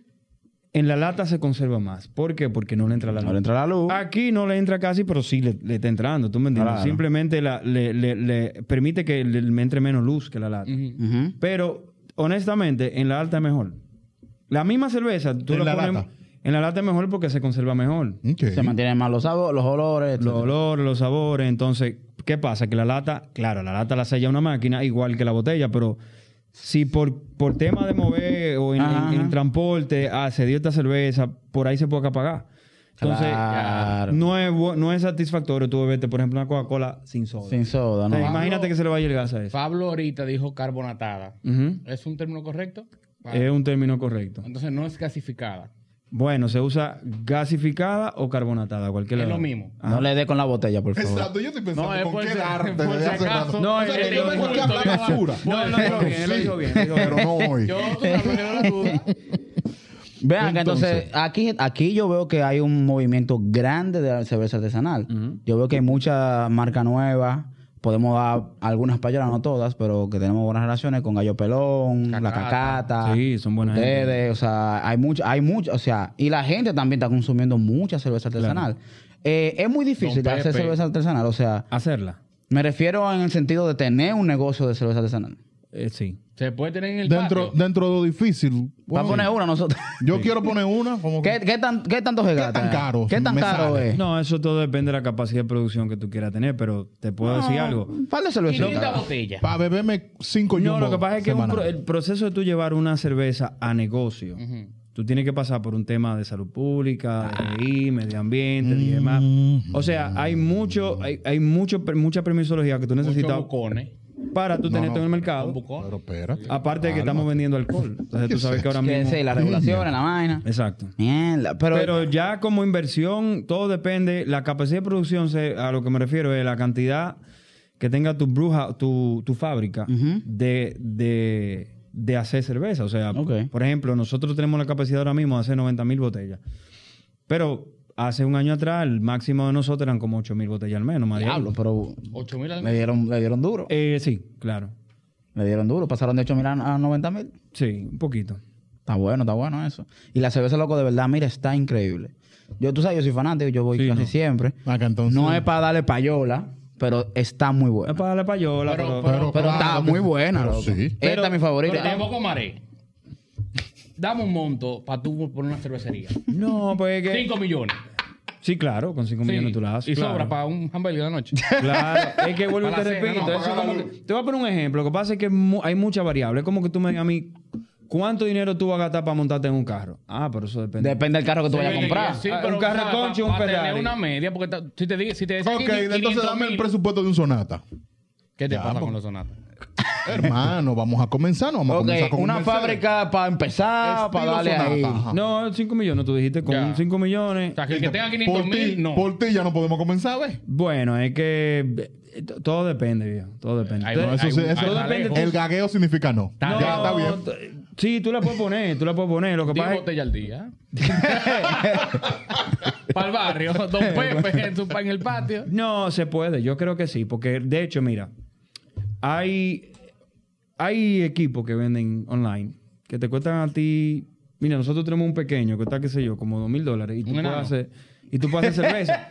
E: En la lata se conserva más. ¿Por qué? Porque no le entra la luz.
C: Ahora entra la luz.
E: Aquí no le entra casi, pero sí le, le está entrando, ¿tú me entiendes?
C: Claro.
E: Simplemente la- le, le- le permite que le, le entre menos luz que la lata.
C: Ujú.
E: Pero, honestamente, en la alta es mejor. La misma cerveza, tú
D: ¿En
E: la,
D: la
E: pones...
D: lata?
E: En la lata es mejor porque se conserva mejor.
D: Ok.
C: Se mantienen más los sabores, los olores.
E: Los
C: etcétera.
E: olores, los sabores. Entonces, ¿qué pasa? Que la lata, claro, la lata la sella una máquina igual que la botella, pero si por, por tema de mover o en,
C: Ajá.
E: en- en transporte ah, se dio esta cerveza, por ahí se puede apagar. Entonces,
C: Claro.
E: no, es, bu- no es satisfactorio tú beberte, por ejemplo, una Coca-Cola sin soda.
C: Sin soda,
E: O
C: ¿no?
E: sea, imagínate que se le vaya el gas a eso.
A: Pablo ahorita dijo carbonatada.
E: Ujú.
A: ¿Es un término correcto? Ah,
E: Es un término correcto.
A: Entonces no es gasificada.
E: Bueno, se usa gasificada o carbonatada, cualquiera.
A: Es
E: de
A: lo
E: las dos.
A: mismo.
C: No le dé con la botella, por favor.
D: Exacto, yo estoy
A: No,
D: pensando
A: es
D: con
A: por
D: qué
A: si-
D: darte
A: por
D: desde
A: si
D: hace
A: acaso.
D: rato.
E: No,
D: O sea,
E: eh,
D: que
E: lo-
D: tengo que hablar
A: lo-
D: basura.
E: No, lo dijo bien, lo
D: Sí,
E: dijo bien, lo dijo bien.
D: Pero no hoy.
A: Yo, tú sabes, me quedó la duda.
C: Vean que entonces, aquí, aquí yo veo que hay un movimiento grande de la cerveza artesanal. Yo veo que hay muchas marcas nuevas. Podemos dar algunas payolas, no todas, pero que tenemos buenas relaciones con Gallo Pelón, La
A: Cacata.
C: Cacata.
E: Sí, son buena gente.
C: ustedes, o sea, hay mucha, hay mucha, o sea, y la gente también está consumiendo mucha cerveza artesanal. Eh, es muy difícil de
A: Don
C: hacer
A: Pepe.
C: cerveza artesanal, o sea,
E: Hacerla.
C: me refiero en el sentido de tener un negocio de cerveza artesanal.
E: Eh, sí.
A: Se puede tener en el
D: Dentro,
A: patio.
D: dentro de lo difícil.
C: Vamos a poner una nosotros.
D: Yo quiero poner una como
C: ¿Qué,
D: que
C: qué tan, ¿Qué tanto se gasta?
D: tan caro
C: ¿Qué tan
D: me
C: caro
D: sale?
C: es?
E: No, eso todo depende de la capacidad de producción que tú quieras tener, pero te puedo decir algo.
C: Un par de cervecitas.
A: 500 botellas.
D: para beberme cinco
E: No,
D: jumbo
E: lo que pasa es que un
D: semanal.
E: pro- el proceso de tú llevar una cerveza a negocio, tú tienes que pasar por un tema de salud pública,
C: Ah.
E: de RI, medio ambiente y demás. O sea, hay mucho, hay, hay mucho, per- mucha permisología que tú
A: Muchos
E: necesitas
A: bucones.
E: para tú tenerte en el mercado.
A: Un bucón.
D: Pero espérate.
E: Aparte de que estamos vendiendo alcohol. Entonces tú sabes que ahora
C: Que
E: mismo.
C: sí, las regulaciones, la vaina.
E: Exacto.
C: Mierda. Pero,
E: Pero ya como inversión, todo depende. La capacidad de producción, se- a lo que me refiero, es la cantidad que tenga tu bruja, tu, tu fábrica de, de- de hacer cerveza. O sea,
C: Ok.
E: por ejemplo, nosotros tenemos la capacidad ahora mismo de hacer 90 mil botellas. Pero hace un año atrás, el máximo de nosotros eran como 8 mil botellas al menos. más de ahí.
C: diablo, pero
A: 8 mil
C: le dieron, le dieron duro.
E: Eh, sí, claro.
C: Le dieron duro. Pasaron de 8 mil a 90 mil.
E: Sí, un poquito.
C: Está bueno, está bueno eso. Y la cerveza, loco, de verdad, mira, está increíble. Yo, tú sabes, yo soy fanático, yo voy
E: Sí,
C: casi
E: no.
C: siempre.
D: Acá Ah, entonces.
C: No es para darle payola, pero está muy buena.
E: Es para la payola, pero,
C: Pero está
D: que-
C: muy buena,
D: pero
C: loco.
D: sí.
C: Esta
E: Pero-
C: es mi
A: Pero
C: favorita.
A: tampoco maré. Dame un monto para tú poner una cervecería.
E: No, pues es que...
A: 5 millones.
E: Sí, claro, con 5
A: Sí.
E: millones tú la haces.
A: y
E: claro.
A: sobra para un hamburger de la noche.
E: Claro, es que vuelvo y
A: Para
E: te
A: la cena,
E: repito.
A: no,
E: eso
A: para
E: como
A: la
E: que- te voy a poner un ejemplo. Lo que pasa es que mu- hay muchas variables. Es como que tú me digas a mí, ¿Cuánto dinero tú vas a gastar para montarte en un carro? Ah, pero eso depende.
C: Depende del carro que tú vayas a
A: Sí,
C: comprar.
A: sí,
E: Ah,
A: pero
E: un carro
A: pa-
E: concho,
A: pa-
E: un
A: pa tener
E: Ferrari.
A: una media, porque ta- si te digo, si te decía
D: Ok,
A: 500
D: entonces dame el
A: mil,
D: presupuesto de un sonata.
A: ¿Qué te
D: Ya,
A: pasa
D: po.
A: con los sonatas?
D: Hermano, vamos a comenzar, no vamos
C: Ok,
D: a comenzar con un
C: una
D: Mercedes.
C: fábrica para empezar,
D: Estilo
C: para darle
D: Sonata,
C: ahí.
D: ajá.
E: No, 5 millones, tú dijiste. Con
A: Ya.
E: 5 millones.
A: O sea, que el que tenga 500
D: Por ti,
A: mil, no.
D: por ti ya no podemos comenzar, ¿ves?
E: Bueno, es que eh, t- todo depende, viejo. Todo depende.
A: Ahí
E: Tú-
A: va,
D: No, eso
A: ahí
D: sí,
A: va,
D: eso-
A: ahí va
E: depende
A: lejos.
E: de-
D: El gagueo significa no.
A: Está
D: ya está
E: No,
D: bien.
E: t- Sí, tú la puedes poner, tú la puedes poner. Lo que
A: Diez
E: pasa es
A: botellas al día. Para el barrio, Don Pepe en, su, en el patio.
E: No, se puede. Yo creo que sí. Porque, de hecho, mira, hay, hay equipos que venden online que te cuestan a ti... Mira, nosotros tenemos un pequeño que está, qué sé yo, como dos mil dólares. Y tú
A: Un
E: puedes
A: enano.
E: hacer... Y tú puedes hacer cerveza.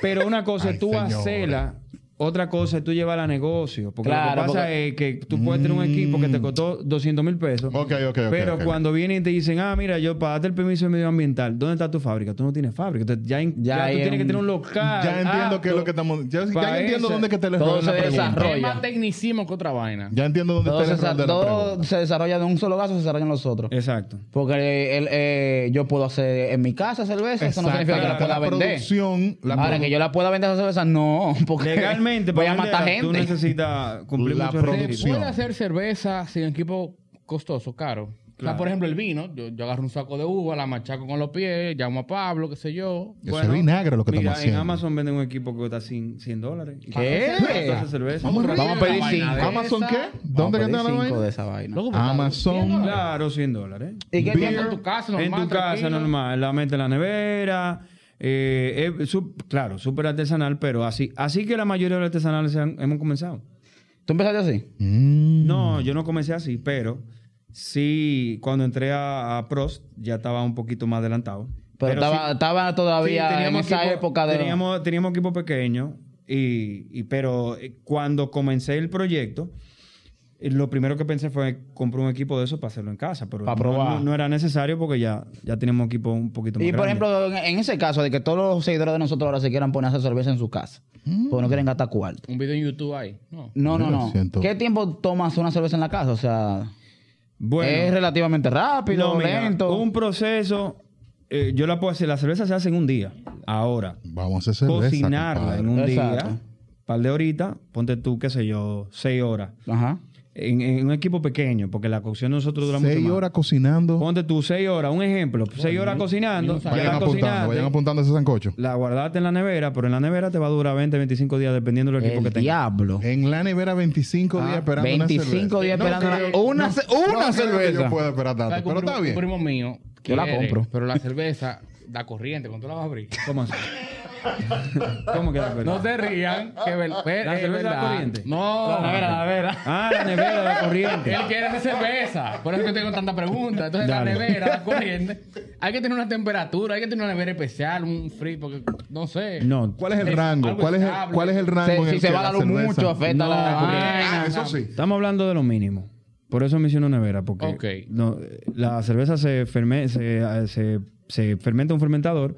E: Pero una cosa
D: Ay,
E: es tú
D: señor.
E: hacerla, otra cosa es tú llevarla a negocio. Porque lo
C: Claro,
E: que pasa
C: porque-
E: es que tú puedes tener un equipo que te costó 200 mil pesos.
D: Mm. Ok, ok, ok,
E: Pero
D: ok.
E: cuando vienen y te dicen, ah, mira, yo para darte el permiso medioambiental, ¿dónde está tu fábrica? Tú no tienes fábrica. Entonces, ya, en-
C: Ya
E: ya
C: hay
E: tú tienes que
C: un-
E: tener un local.
D: Ya entiendo qué es lo que
E: apto.
D: estamos. Ya, ya
E: Pa'
D: entiendo
E: esa.
D: dónde es que te les
C: Todo
D: roban la
C: se
D: pregunta.
C: desarrolla.
A: Es más tecnicismo que otra vaina.
D: Ya entiendo dónde
C: Todo,
D: te
C: se,
D: les roban la
C: todo
D: pregunta.
C: se desarrolla de un solo caso, se desarrollan los otros.
E: Exacto.
C: Porque eh, él, eh, yo puedo hacer en mi casa cerveza, eso no
D: Exacto,
C: significa que la
D: claro,
C: pueda vender.
D: producción, la
C: Ahora,
D: produ-
C: que yo la pueda vender esa cerveza, no, porque
E: Legalmente,
C: voy
E: para
C: a matar
E: venderla, tú
C: gente.
E: necesitas cumplir
D: La
E: muchos
D: producción.
A: Se
E: requisitos.
A: puede hacer cerveza sin equipo costoso, caro. O sea, por ejemplo, el vino. Yo, yo agarro un saco de uva, la machaco con los pies, llamo a Pablo, qué sé yo.
D: Eso es vinagre lo que
E: mira,
D: estamos haciendo.
E: En Amazon venden un equipo que cuesta 100, 100 dólares.
C: ¿Qué?
E: Para hacer cerveza.
D: Vamos
A: Pero
C: Vamos
A: tiene
C: a pedir
A: una
C: cinco.
A: vaina de
D: ¿Amazon
A: esa.
D: qué? ¿eh? ¿Dónde que
C: Vamos
D: está
C: a
D: la
C: pedir cinco de
D: vaina?
C: esa vaina.
A: Loco, pero-
D: Amazon.
E: Claro, 100 dólares.
C: ¿Y qué
D: Beer.
A: En tu casa, normal,
E: en tu casa,
A: tranquilo.
E: normal. La metes en la nevera. eh, eh, su- claro, súper artesanal, pero así así que la mayoría de los artesanales se han- hemos comenzado.
C: ¿Tú empezaste así?
D: Mm.
E: No, yo no comencé así, pero sí, cuando entré a, a Prost ya estaba un poquito más adelantado.
C: Pero, estaba,
E: sí-
C: estaba todavía
E: Sí,
C: en esa
E: equipo-
C: época de...
E: Teníamos, teníamos equipo pequeño, y, y- pero eh, cuando comencé el proyecto, eh, lo primero que pensé fue comprar un equipo de eso para hacerlo en casa, pero
C: Pa'
E: no-
C: probar.
E: No, no era necesario porque ya, ya teníamos equipo un poquito más
C: Y por
E: grande.
C: ejemplo, en, en ese caso de que todos los seguidores de nosotros ahora se quieran poner a hacer cerveza en su casa,
D: Mm.
C: porque no quieren gastar cuarto.
A: Un video en YouTube ahí. No.
C: No, no,
D: Yo lo
C: no.
D: siento.
C: ¿Qué tiempo tomas una cerveza en la casa? O sea,
E: bueno,
C: es relativamente rápido,
E: no, mira,
C: lento.
E: un proceso, eh, yo la puedo hacer, la cerveza se hace en un día, ahora.
D: Vamos a hacer cerveza,
E: Cocinarla
D: compadre.
E: en un
C: Exacto.
E: día, par de horitas, ponte tú, qué sé yo, seis horas.
C: Ajá.
E: En, en un equipo pequeño, porque la cocción de nosotros dura mucho
D: Seis
E: más.
D: horas cocinando.
E: Ponte tú seis horas, un ejemplo, seis horas cocinando, ya
D: Vayan
E: la
D: apuntando, vayan
E: cocinaste,
D: apuntando ese sancocho.
E: la guardaste en la nevera, pero en la nevera te va a durar 20, 25 días dependiendo del equipo
C: El
E: que tengas.
C: diablo.
D: En la nevera 25 días esperando una cerveza.
C: 25 Ah, días esperando una- una ce-
D: no
C: una
D: creo que
C: cerveza.
D: Yo puedo esperar tanto,
A: ¿Sabes que un
D: pero
A: primo-
D: está
A: un
D: bien.
A: primo mío.
C: Yo la compro.
A: Pero la cerveza da corriente cuando la vas a abrir.
E: ¿Cómo así? ¿Cómo que la
A: No
E: verdad?
A: te rían, que ver, pues,
E: ¿La
A: es
E: cerveza da
A: verdad.
E: corriente?
A: No.
C: La nevera, la nevera.
E: Ah, la nevera, la corriente.
A: Él quiere hacer cerveza. Por eso que tengo tanta pregunta. Entonces,
E: Dale.
A: la nevera, la corriente. Hay que tener una temperatura, hay que tener una nevera especial, un frío, porque no sé.
E: No,
D: ¿Cuál es el
A: Es
D: rango?
A: algo
D: ¿Cuál es el,
A: estable.
D: cuál es el rango
C: Se-
D: en el
C: si se
D: que
C: va la luz
D: cerveza-
C: mucho, afecta
E: No,
C: la
E: porque-
C: vaina.
D: Ah, eso sí.
E: estamos hablando de lo mínimo. Por eso menciono nevera, porque
A: Ok.
E: no, la cerveza se, ferme- se, eh, se- se fermenta en un fermentador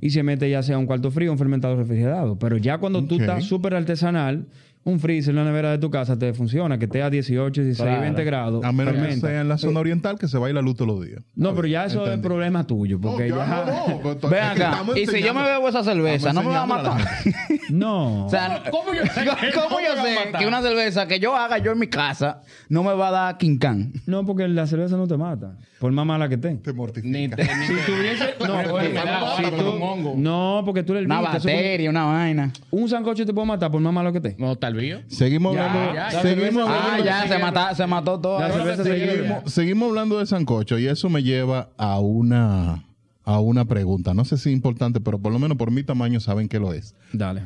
E: y se mete ya sea un cuarto frío o un fermentador refrigerado. Pero ya cuando tú
D: Ok.
E: estás súper artesanal, un freezer en la nevera de tu casa te funciona, que esté a 18, 16,
C: Claro.
E: 20 grados.
D: A menos que
E: fermenta.
D: sea en la zona oriental que se va a ir la luz todos los días.
E: No, pero ya eso es
D: Entendí.
E: problema tuyo,
D: No,
E: porque
D: ya
E: ya...
D: no, no, pues,
C: Ven
D: es que
C: acá.
D: estamos
C: Y si yo me
D: enseñando-
C: bebo esa cerveza,
D: estamos
C: no me va a
D: enseñando
C: matar.
D: la gente.
E: No.
C: O sea,
A: ¿Cómo yo sé? que
C: ¿Cómo
A: no me
C: yo
A: van a
C: sé
A: matar?
C: que una cerveza que yo haga yo en mi casa no me va a dar quincán?
E: no, porque la cerveza no te mata, por más mala que esté.
D: Te mortifica.
A: Ni te, ni si tuviese. No,
E: oye,
A: si
E: tú-
A: tú, un hongo.
E: No, porque tú le
C: Una
E: herviste, eso
C: bacteria, una vaina.
E: como- Un sancocho te puede matar por más malo que esté.
A: No, tal vez.
D: Seguimos
A: Ya,
D: hablando,
A: ya, ya.
D: seguimos,
C: Ah,
D: hablando-
C: ya, se, mata- se mató todo.
E: La cerveza se
D: seguimos- seguimos hablando de sancocho y eso me lleva a una a una pregunta. No sé si es importante, pero por lo menos por mi tamaño saben que lo es.
E: Dale.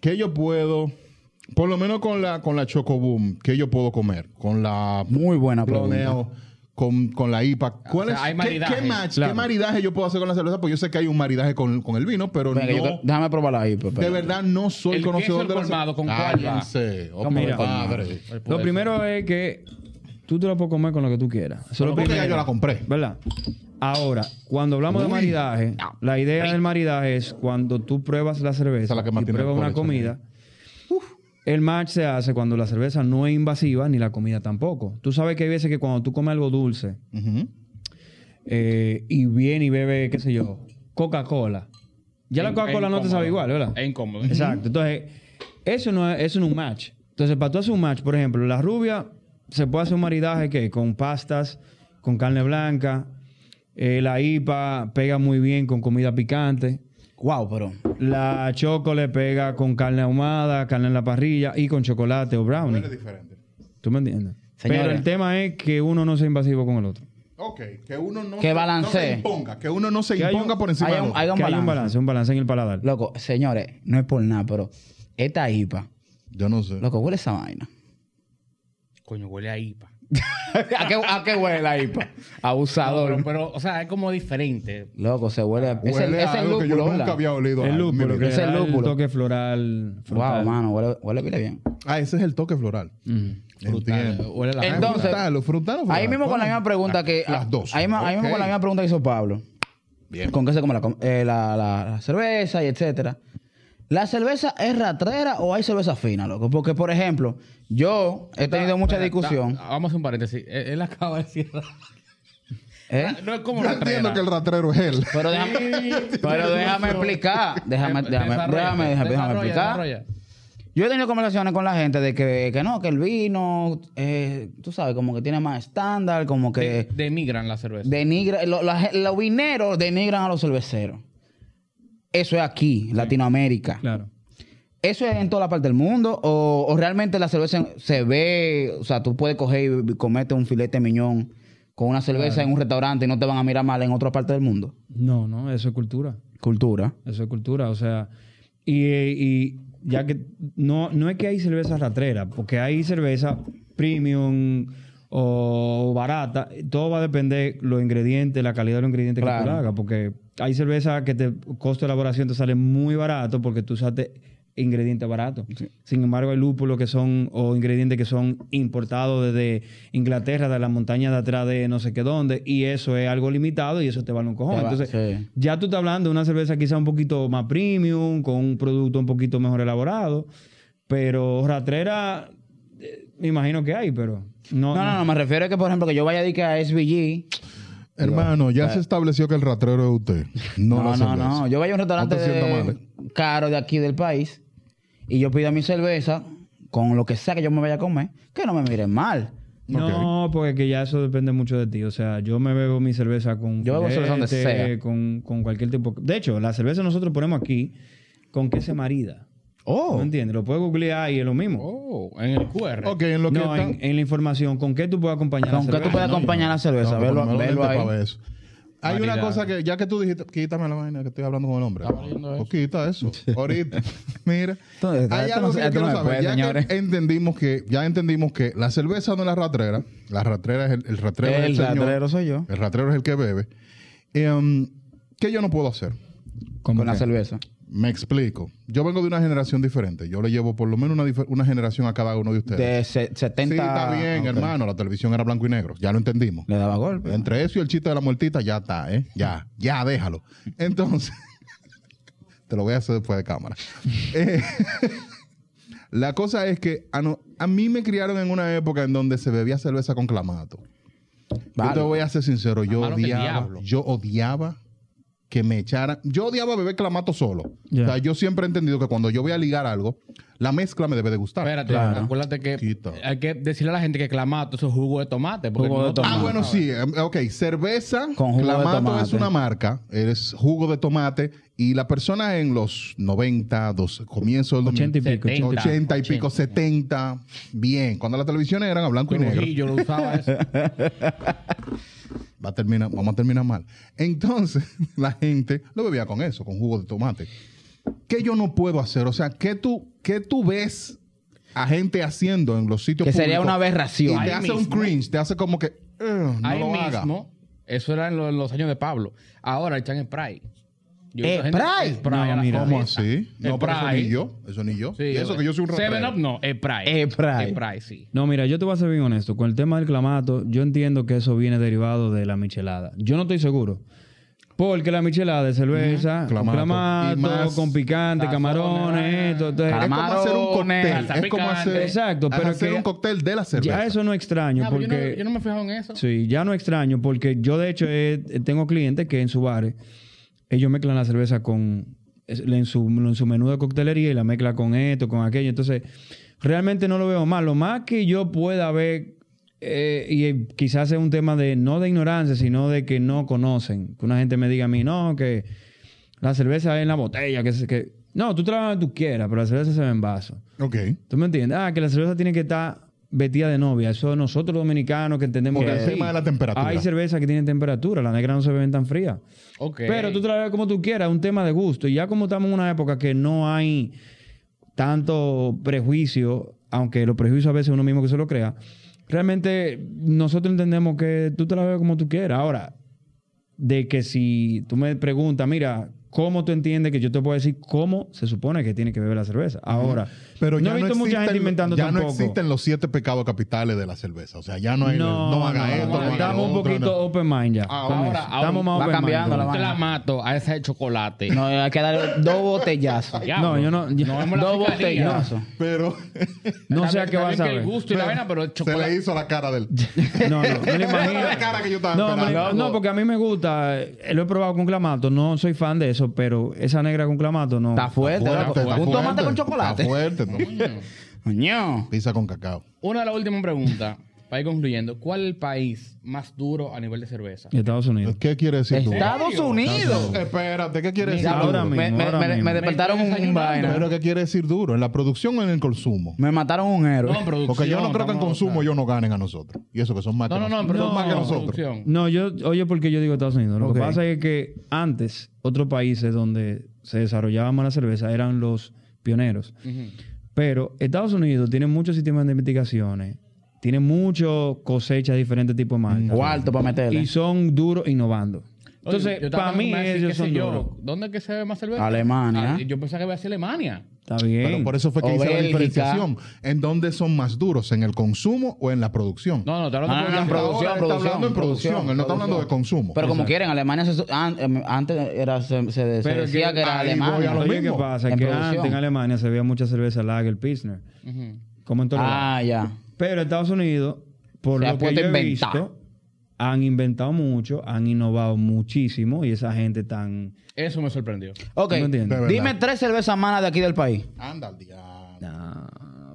D: ¿Qué yo puedo, por lo menos con la con la Chocoboom, qué yo puedo comer? Con la
C: Muy buena pregunta.
D: Bloneo, con, con la IPA. ¿Cuál
A: sea,
D: es-
A: hay
D: qué-
A: maridaje,
D: ¿Qué, match,
E: claro.
D: qué maridaje yo puedo hacer con la cerveza? Porque yo sé que hay un maridaje con, con el vino, pero
C: Venga, yo
D: no,
C: te- déjame probarla ahí. pues,
D: de
C: espérate.
D: verdad no soy
A: El
D: conocedor
A: queso
D: de la
A: colmado,
D: cerveza.
A: ¿con cuál Ah. va?
D: Cállense, oh,
C: ¿Cómo
E: Mira.
D: padre.
E: Lo primero es que tú te lo puedes comer con lo que tú quieras. Eso es lo
D: Porque
E: primero.
D: ya yo la compré.
E: ¿Verdad? Ahora, cuando hablamos de maridaje, la idea del maridaje es cuando tú pruebas la cerveza
D: Esa es la que
E: y
D: mantiene
E: pruebas
D: el
E: una
D: colesterol.
E: comida, El match se hace cuando la cerveza no es invasiva ni la comida tampoco. Tú sabes que hay veces que cuando tú comes algo dulce
D: Ujú.
E: eh, y viene y bebe, qué sé yo, Coca-Cola. Ya la
A: Es-
E: Coca-Cola
A: es
E: no te
A: incómodo.
E: sabe igual, ¿verdad?
A: Es incómodo.
E: Exacto. Entonces, eso no es, eso no es un match. Entonces, para tú hacer un match, por ejemplo, la rubia se puede hacer un maridaje que con pastas, con carne blanca. Eh, la IPA pega muy bien con comida picante.
C: Wow, pero.
E: La choco le pega con carne ahumada, carne en la parrilla y con chocolate o brownie.
D: Huele diferente.
E: ¿Tú me entiendes?
C: Señores.
E: Pero el tema es que uno no sea invasivo con el otro.
D: Ok, que uno no,
C: Que
D: se-
C: balancee.
D: no se imponga, que uno no se
E: Que haya
D: imponga
E: un-
D: por encima
C: haya
D: de
C: un-
D: otro.
C: haya
E: que hay un balance, un balance en el paladar.
C: Loco, señores, no es por nada, pero esta IPA.
D: Yo no sé.
C: Loco, huele esa vaina.
A: Coño, huele a IPA.
C: ¿A qué, a qué huele la IPA? Abusador.
A: Pero, pero, o sea, es como diferente.
C: Loco, se huele. a- Es el,
D: Huele
C: es
D: a
C: el
D: algo que yo
C: lúpulo,
D: nunca
C: ¿verdad?
D: había olido.
E: el
D: algo, mi
E: lúpulo,
D: vida.
E: que
C: Ese
E: le da el
C: lúpulo.
E: toque floral.
C: Wow,
E: frutal.
C: mano, huele, huele pile bien.
D: Ah, ese es el toque floral.
A: Frutal,
D: Entiendo.
A: Mm. huele a la
C: Entonces-
D: frutal, o frutal o
C: Ahí
D: floral.
C: mismo con la misma pregunta que.
D: Ah, las dos.
C: Ahí, ma- ahí mismo
D: Ok.
C: con la misma pregunta que hizo Pablo.
D: Bien.
C: Con qué se come la, com- eh, la- la- la cerveza y etcétera. ¿La cerveza es ratrera o hay cerveza fina, loco? Porque, por ejemplo, yo he tenido mucha
A: Espera,
C: discusión.
A: ta- vamos a hacer un paréntesis. Él, él acaba de cierrar.
C: ¿eh?
A: No es como
D: Yo
A: la
D: entiendo
A: trena.
D: que el ratrero es él.
C: Pero déjame, pero déjame explicar. Déjame, déjame,
A: Em, Desarrolla,
C: déjame, déjame,
A: desarrolla,
C: explicar.
A: desarrolla.
C: Yo he tenido conversaciones con la gente de que, que no, que el vino, eh, tú sabes, como que tiene más estándar, como que
A: De- Demigran la cerveza.
C: denigra, lo- la ge- los vineros denigran a los cerveceros. Eso es aquí, Latinoamérica.
E: Claro.
C: ¿Eso es en toda la parte del mundo? O, o realmente la cerveza se ve? O sea, tú puedes coger y comerte un filete miñón con una cerveza en un restaurante y no te van a mirar mal en otra parte del mundo.
E: No, no, eso es cultura.
C: Cultura.
E: Eso es cultura, o sea, y, eh, y ya que no, no es que hay cerveza ratrera, porque hay cerveza premium o barata, todo va a depender los ingredientes, la calidad de los ingredientes que tú
C: Claro.
E: la hagas, porque hay cerveza que te costo de elaboración te sale muy barato porque tú usaste ingredientes baratos. Sin embargo, hay lúpulos que son o ingredientes que son importados desde Inglaterra, de las montañas de atrás de no sé qué dónde, y eso es algo limitado y eso te vale un cojón.
C: Te va-
E: Entonces,
C: sí.
E: ya tú estás hablando de una cerveza quizá un poquito más premium, con un producto un poquito mejor elaborado, pero ratrera, eh, me imagino que hay, pero no.
C: No, no, no, me refiero a que, por ejemplo, que yo vaya a decir que a SBG.
D: Hermano, ya se estableció que el ratrero es usted. No,
C: No,
D: la
C: no, no.
D: cerveza.
C: Yo vaya a un restaurante
D: No te sientas
C: de- caro de aquí del país y yo pido mi cerveza con lo que sea que yo me vaya a comer, que no me miren mal.
E: No, porque que ya eso depende mucho de ti. O sea, yo me bebo mi cerveza con
C: Yo bebo cerveza donde sea.
E: con, con cualquier tipo. De hecho, la cerveza nosotros ponemos aquí con que se marida.
C: Oh.
E: ¿No entiendes? Lo puedes googlear y es lo mismo.
A: Oh, en el QR.
D: Ok, en lo que
E: no,
D: está-
E: en, en la información, ¿con qué tú puedes acompañar la
C: Con que tú
E: cerveza?
C: puedes acompañar la cerveza.
D: No,
C: Velo,
D: ponme los
C: velo
D: lentes
C: ahí.
D: pa' ver eso. Hay una
E: Maridada.
D: cosa que, ya que tú dijiste, quítame la vaina que estoy hablando con el hombre.
A: Estaba leyendo eso.
D: O quita eso. Ahorita. Mira.
C: Entonces,
D: Hay
C: esto
D: algo
C: no
D: que
C: se-
D: yo
C: esto no
D: quiero
C: se
D: saber.
C: puede,
D: ya
C: señores.
D: que entendimos que, ya entendimos que la cerveza no es la ratrera. La ratrera es el, el ratrero. es
C: El
D: señor.
C: ratrero soy yo.
D: El ratrero es el que bebe. Em, ¿Qué yo no puedo hacer?
E: ¿Cómo
C: Con la
E: qué?
C: cerveza.
D: Me explico. Yo vengo de una generación diferente. Yo le llevo por lo menos una, difer- una generación a cada uno de ustedes.
C: De se- 70.
D: Sí, está bien,
C: Ok.
D: hermano. La televisión era blanco y negro. Ya lo entendimos.
C: Le daba golpe.
D: Entre eso y el chiste de la muertita, ya está, ¿eh? Ya, ya, déjalo. Entonces, te lo voy a hacer después de cámara. Eh, la cosa es que a, no- a mí me criaron en una época en donde se bebía cerveza con clamato. Yo te
C: Vale.
D: voy a ser sincero, yo
A: Clamato del
D: odiaba,
A: diablo.
D: yo odiaba que me echaran. Yo odiaba beber clamato solo.
E: Ya.
D: O sea, yo siempre he entendido que cuando yo voy a ligar algo, la mezcla me debe de gustar.
A: Espérate,
C: Claro.
A: acuérdate que
D: Quita.
A: hay que decirle a la gente que clamato eso es jugo de tomate. porque
C: Jugo de
A: no-
C: tomate.
D: Ah, bueno, sí. em, Ok, cerveza,
C: Con jugo de
D: clamato
C: tomate.
D: es una marca, es jugo de tomate. Y la persona en los 90, dos, comienzo del
E: 80 y
D: 2000,
E: pico.
A: 70.
D: 80 y pico, 70, bien. Cuando las televisiones eran a blanco y negro.
A: Trujillo lo usaba eso.
D: Va a terminar, vamos a terminar mal. Entonces, la gente lo bebía con eso, con jugo de tomate. ¿Qué yo no puedo hacer? O sea, ¿qué tú, qué tú ves a gente haciendo en los sitios
C: Que sería
D: públicos
C: una
D: Y
C: aberración.
A: Ahí
D: te hace un
A: mismo.
D: cringe, te hace como que, "Ugh, no
A: Ahí
D: lo haga.
A: mismo, eso era en lo- en los, años de Pablo. Ahora echan spray. Yo he visto gente-
C: ¿Spray?
A: Spray a
E: No,
A: la
E: mira.
D: ¿Cómo
A: cabeza.
D: así? No, pero eso
A: Spray.
D: ni yo. Eso ni yo.
A: Sí,
D: Y eso
A: yo-
D: que yo soy un
A: Seven
D: rastrero.
A: Up no, spray.
C: Spray.
A: Spray, sí.
E: No, mira, yo te voy a ser bien honesto. Con el tema del clamato, yo entiendo que eso viene derivado de la michelada. Yo no estoy seguro. Porque la michelada de cerveza, con
D: Clamato.
E: clamato,
D: Y más
E: con picante,
A: sazones,
E: camarones, esto, esto,
D: Es
C: Calam-
D: como hacer un
C: Camarones,
D: cóctel. Es como
A: salpicante.
D: hacer,
E: Exacto, pero
D: hacer
E: que-
D: un cóctel de la cerveza.
E: Ya eso no extraño
A: Ah, pero yo, no,
E: porque...
A: yo no me he fijado en eso.
E: Sí, ya no extraño porque yo de hecho eh, tengo clientes que en su bares ellos mezclan la cerveza con es- en su, en su menú de coctelería y la mezcla con esto, con aquello. Entonces, realmente no lo veo mal. Lo más que yo pueda ver, eh, y eh, quizás es un tema de no de ignorancia, sino de que no conocen. Que una gente me diga a mí, no, que la cerveza es en la botella, que, se- que... No, tú te la tú quieras, pero la cerveza se ve en vaso.
D: Ok.
E: ¿Tú me entiendes? Ah, que la cerveza tiene que estar vestida de novia. Eso nosotros los dominicanos que entendemos
D: Por
E: que
D: el
E: así.
D: tema de la temperatura.
E: Hay cerveza que tiene temperatura, la negra no se beben tan fría.
A: Ok.
E: Pero tú te la bebes como tú quieras, es un tema de gusto. Y ya como estamos en una época que no hay tanto prejuicio, aunque los prejuicios a veces uno mismo que se lo crea, realmente nosotros entendemos que tú te la bebes como tú quieras. Ahora, de que si tú me preguntas, mira, ¿cómo tú entiendes que yo te puedo decir cómo se supone que tiene que beber la cerveza? Ahora,
D: Pero
E: no
D: ya
E: he visto mucha gente
D: existen-
E: inventando
D: ya
E: tampoco.
D: no existen los siete pecados capitales de la cerveza. O sea, ya no hay. No, haga
E: no,
D: esto,
E: no,
D: no, haga
E: estamos
D: lo
E: un
D: otro,
E: poquito
D: no.
E: open mind ya.
A: Ah, Ahora,
E: con eso.
A: ahora
E: estamos más
C: va
E: open
C: cambiando
E: mind.
C: la-
A: te la mato a esa de chocolate.
C: No, hay que darle dos botellazos.
A: Diablo.
E: No, yo no. yo-
A: Nos vemos en la
C: dos
A: fiscalía.
C: botellazos.
D: Pero
E: no
A: Está
E: sé
A: bien-
E: a qué
A: está
E: vas
A: bien
E: a
A: que
E: ver.
A: El gusto y la vaina, pero el
D: se le
A: chocolate.
D: hizo la cara del.
E: No, no, me lo imagino.
D: La cara que yo estaba
E: No, me lo-
D: esperando.
E: no, porque a mí me gusta. eh, Lo he probado con clamato. No soy fan de eso, pero esa negra con clamato no.
C: Está fuerte,
D: Fuerte,
C: loco.
D: está
C: Un tomate
D: fuerte.
C: con
D: Está
C: chocolate.
D: fuerte, ¿no?
C: Coño.
D: Pizza con cacao.
A: Una de las últimas preguntas, para ir concluyendo. ¿Cuál es el país más duro a nivel de cerveza?
E: Y Estados Unidos.
D: ¿Qué quiere decir tú?
C: Estados Unidos.
D: Espérate, ¿qué quiere decir
E: Ya,
D: duro?
E: ahora
C: Me,
E: mismo,
C: me-
E: ahora
C: me-
E: mismo.
C: me despertaron
A: Me
C: un
A: estoy
C: vaina.
D: Pero ¿qué quiere decir duro? ¿En la producción o en el consumo?
C: Me mataron un
A: No, en
C: héroe.
A: producción.
D: Porque yo no creo que en
A: estamos-
D: consumo ellos no ganen a nosotros. Y eso que son más
A: No,
D: que
A: no, no, en
D: nosotros. Son más que
A: producción.
D: nosotros.
A: producción.
E: No, yo, oye, porque yo digo Estados Unidos. Lo
C: Ok.
E: que pasa es que antes, otros países donde se desarrollaba más la cerveza eran los pioneros. Pero Estados Unidos tiene muchos sistemas de investigaciones, tiene muchas cosechas de diferentes tipos de marcas.
C: Cuarto para meterle.
E: y son duros innovando.
A: Oye,
E: Entonces,
A: yo estaba
E: para mí,
A: hablando con Messi, qué
E: ellos
A: sé
E: son
A: yo,
E: duros.
A: ¿Dónde es que se ve más cerveza?
C: Alemania.
A: Ah, yo pensaba que iba a ser Alemania.
E: Está bien.
D: Pero por eso fue que
C: O
D: hice la
C: Bélgica.
D: diferenciación. ¿En dónde son más duros? ¿En el consumo o en la producción?
A: No, no, te hablo
C: Ah, no,
A: de
C: en
D: Ahora
C: producción,
D: él
C: producción,
D: está hablando en producción,
C: producción,
D: él no está hablando de
C: producción.
D: consumo.
C: Pero como quieren, Alemania se- an- em, antes era, se, se- se
E: Pero
C: decía
E: que-
C: que, era
D: ahí voy a
C: Alemania.
D: lo
E: Oye, ¿qué
D: mismo,
E: pasa?
C: en
E: que
C: producción.
E: antes en Alemania se veía mucha cerveza Lager Pilsner. Como en todos lados.
C: Ah, ya.
E: Pero Estados Unidos, por
C: Se ha
E: lo que
C: puesto
E: yo
C: a
E: he
C: inventar.
E: visto, han inventado mucho, han innovado muchísimo y esa gente tan...
A: Eso me sorprendió.
C: Ok.
E: ¿Tú me entiendes?
D: De
C: Dime
D: verdad.
C: tres cervezas malas de aquí del país.
D: Anda al diablo.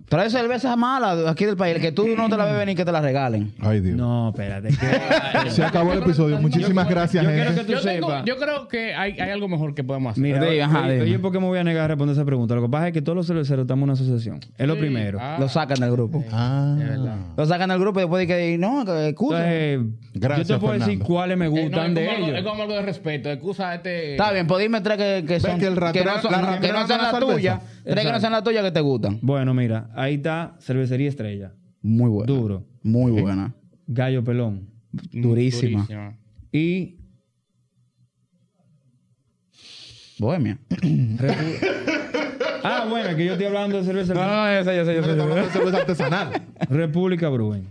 C: Tres cervezas malas de aquí del país. Que tú no te la bebes ni que te la regalen.
D: Ay, Dios.
E: No, espérate. que-
D: Se acabó el episodio. Muchísimas gracias,
E: yo quiero
D: gente.
E: que tú
A: Yo, tengo-
E: sepas.
A: yo creo que hay, hay algo mejor que podemos hacer.
E: Mira,
C: Dime,
E: oye,
C: ajá,
E: oye,
C: dime.
E: oye, ¿por qué me voy a negar a responder esa pregunta? Lo que pasa es que todos los cerveceros estamos en una asociación. Es lo primero.
A: Ah,
C: Lo sacan del grupo.
D: Ah,
C: Lo sacan del grupo y después dicen que no, que excusa.
E: Entonces,
D: Gracias,
E: yo te puedo
D: Fernando.
E: decir cuáles me
A: eh, no,
E: gustan
A: es,
E: de
A: como algo,
E: ellos.
A: es como algo de respeto. Excusa a este.
C: Está bien, pues dime tres que, que son.
D: que el
C: que no
D: ratero-
C: son-
D: la
C: no- que
D: ratera
C: no
D: de
C: sean
D: la
C: las
D: cerveza.
C: tuyas. Tres que no
E: Exacto.
C: sean las tuyas que te gustan.
E: Bueno, mira, ahí está Cervecería Estrella,
C: Muy buena.
E: Duro,
C: Muy buena.
E: Gallo Pelón
A: Mm,
C: Durísima.
E: y
C: Bohemia.
E: Repu- Ah, bueno, que yo estoy hablando de cerveza
C: esa yo sé, yo
D: Pero está hablando de cerveza artesanal.
E: República Brewing.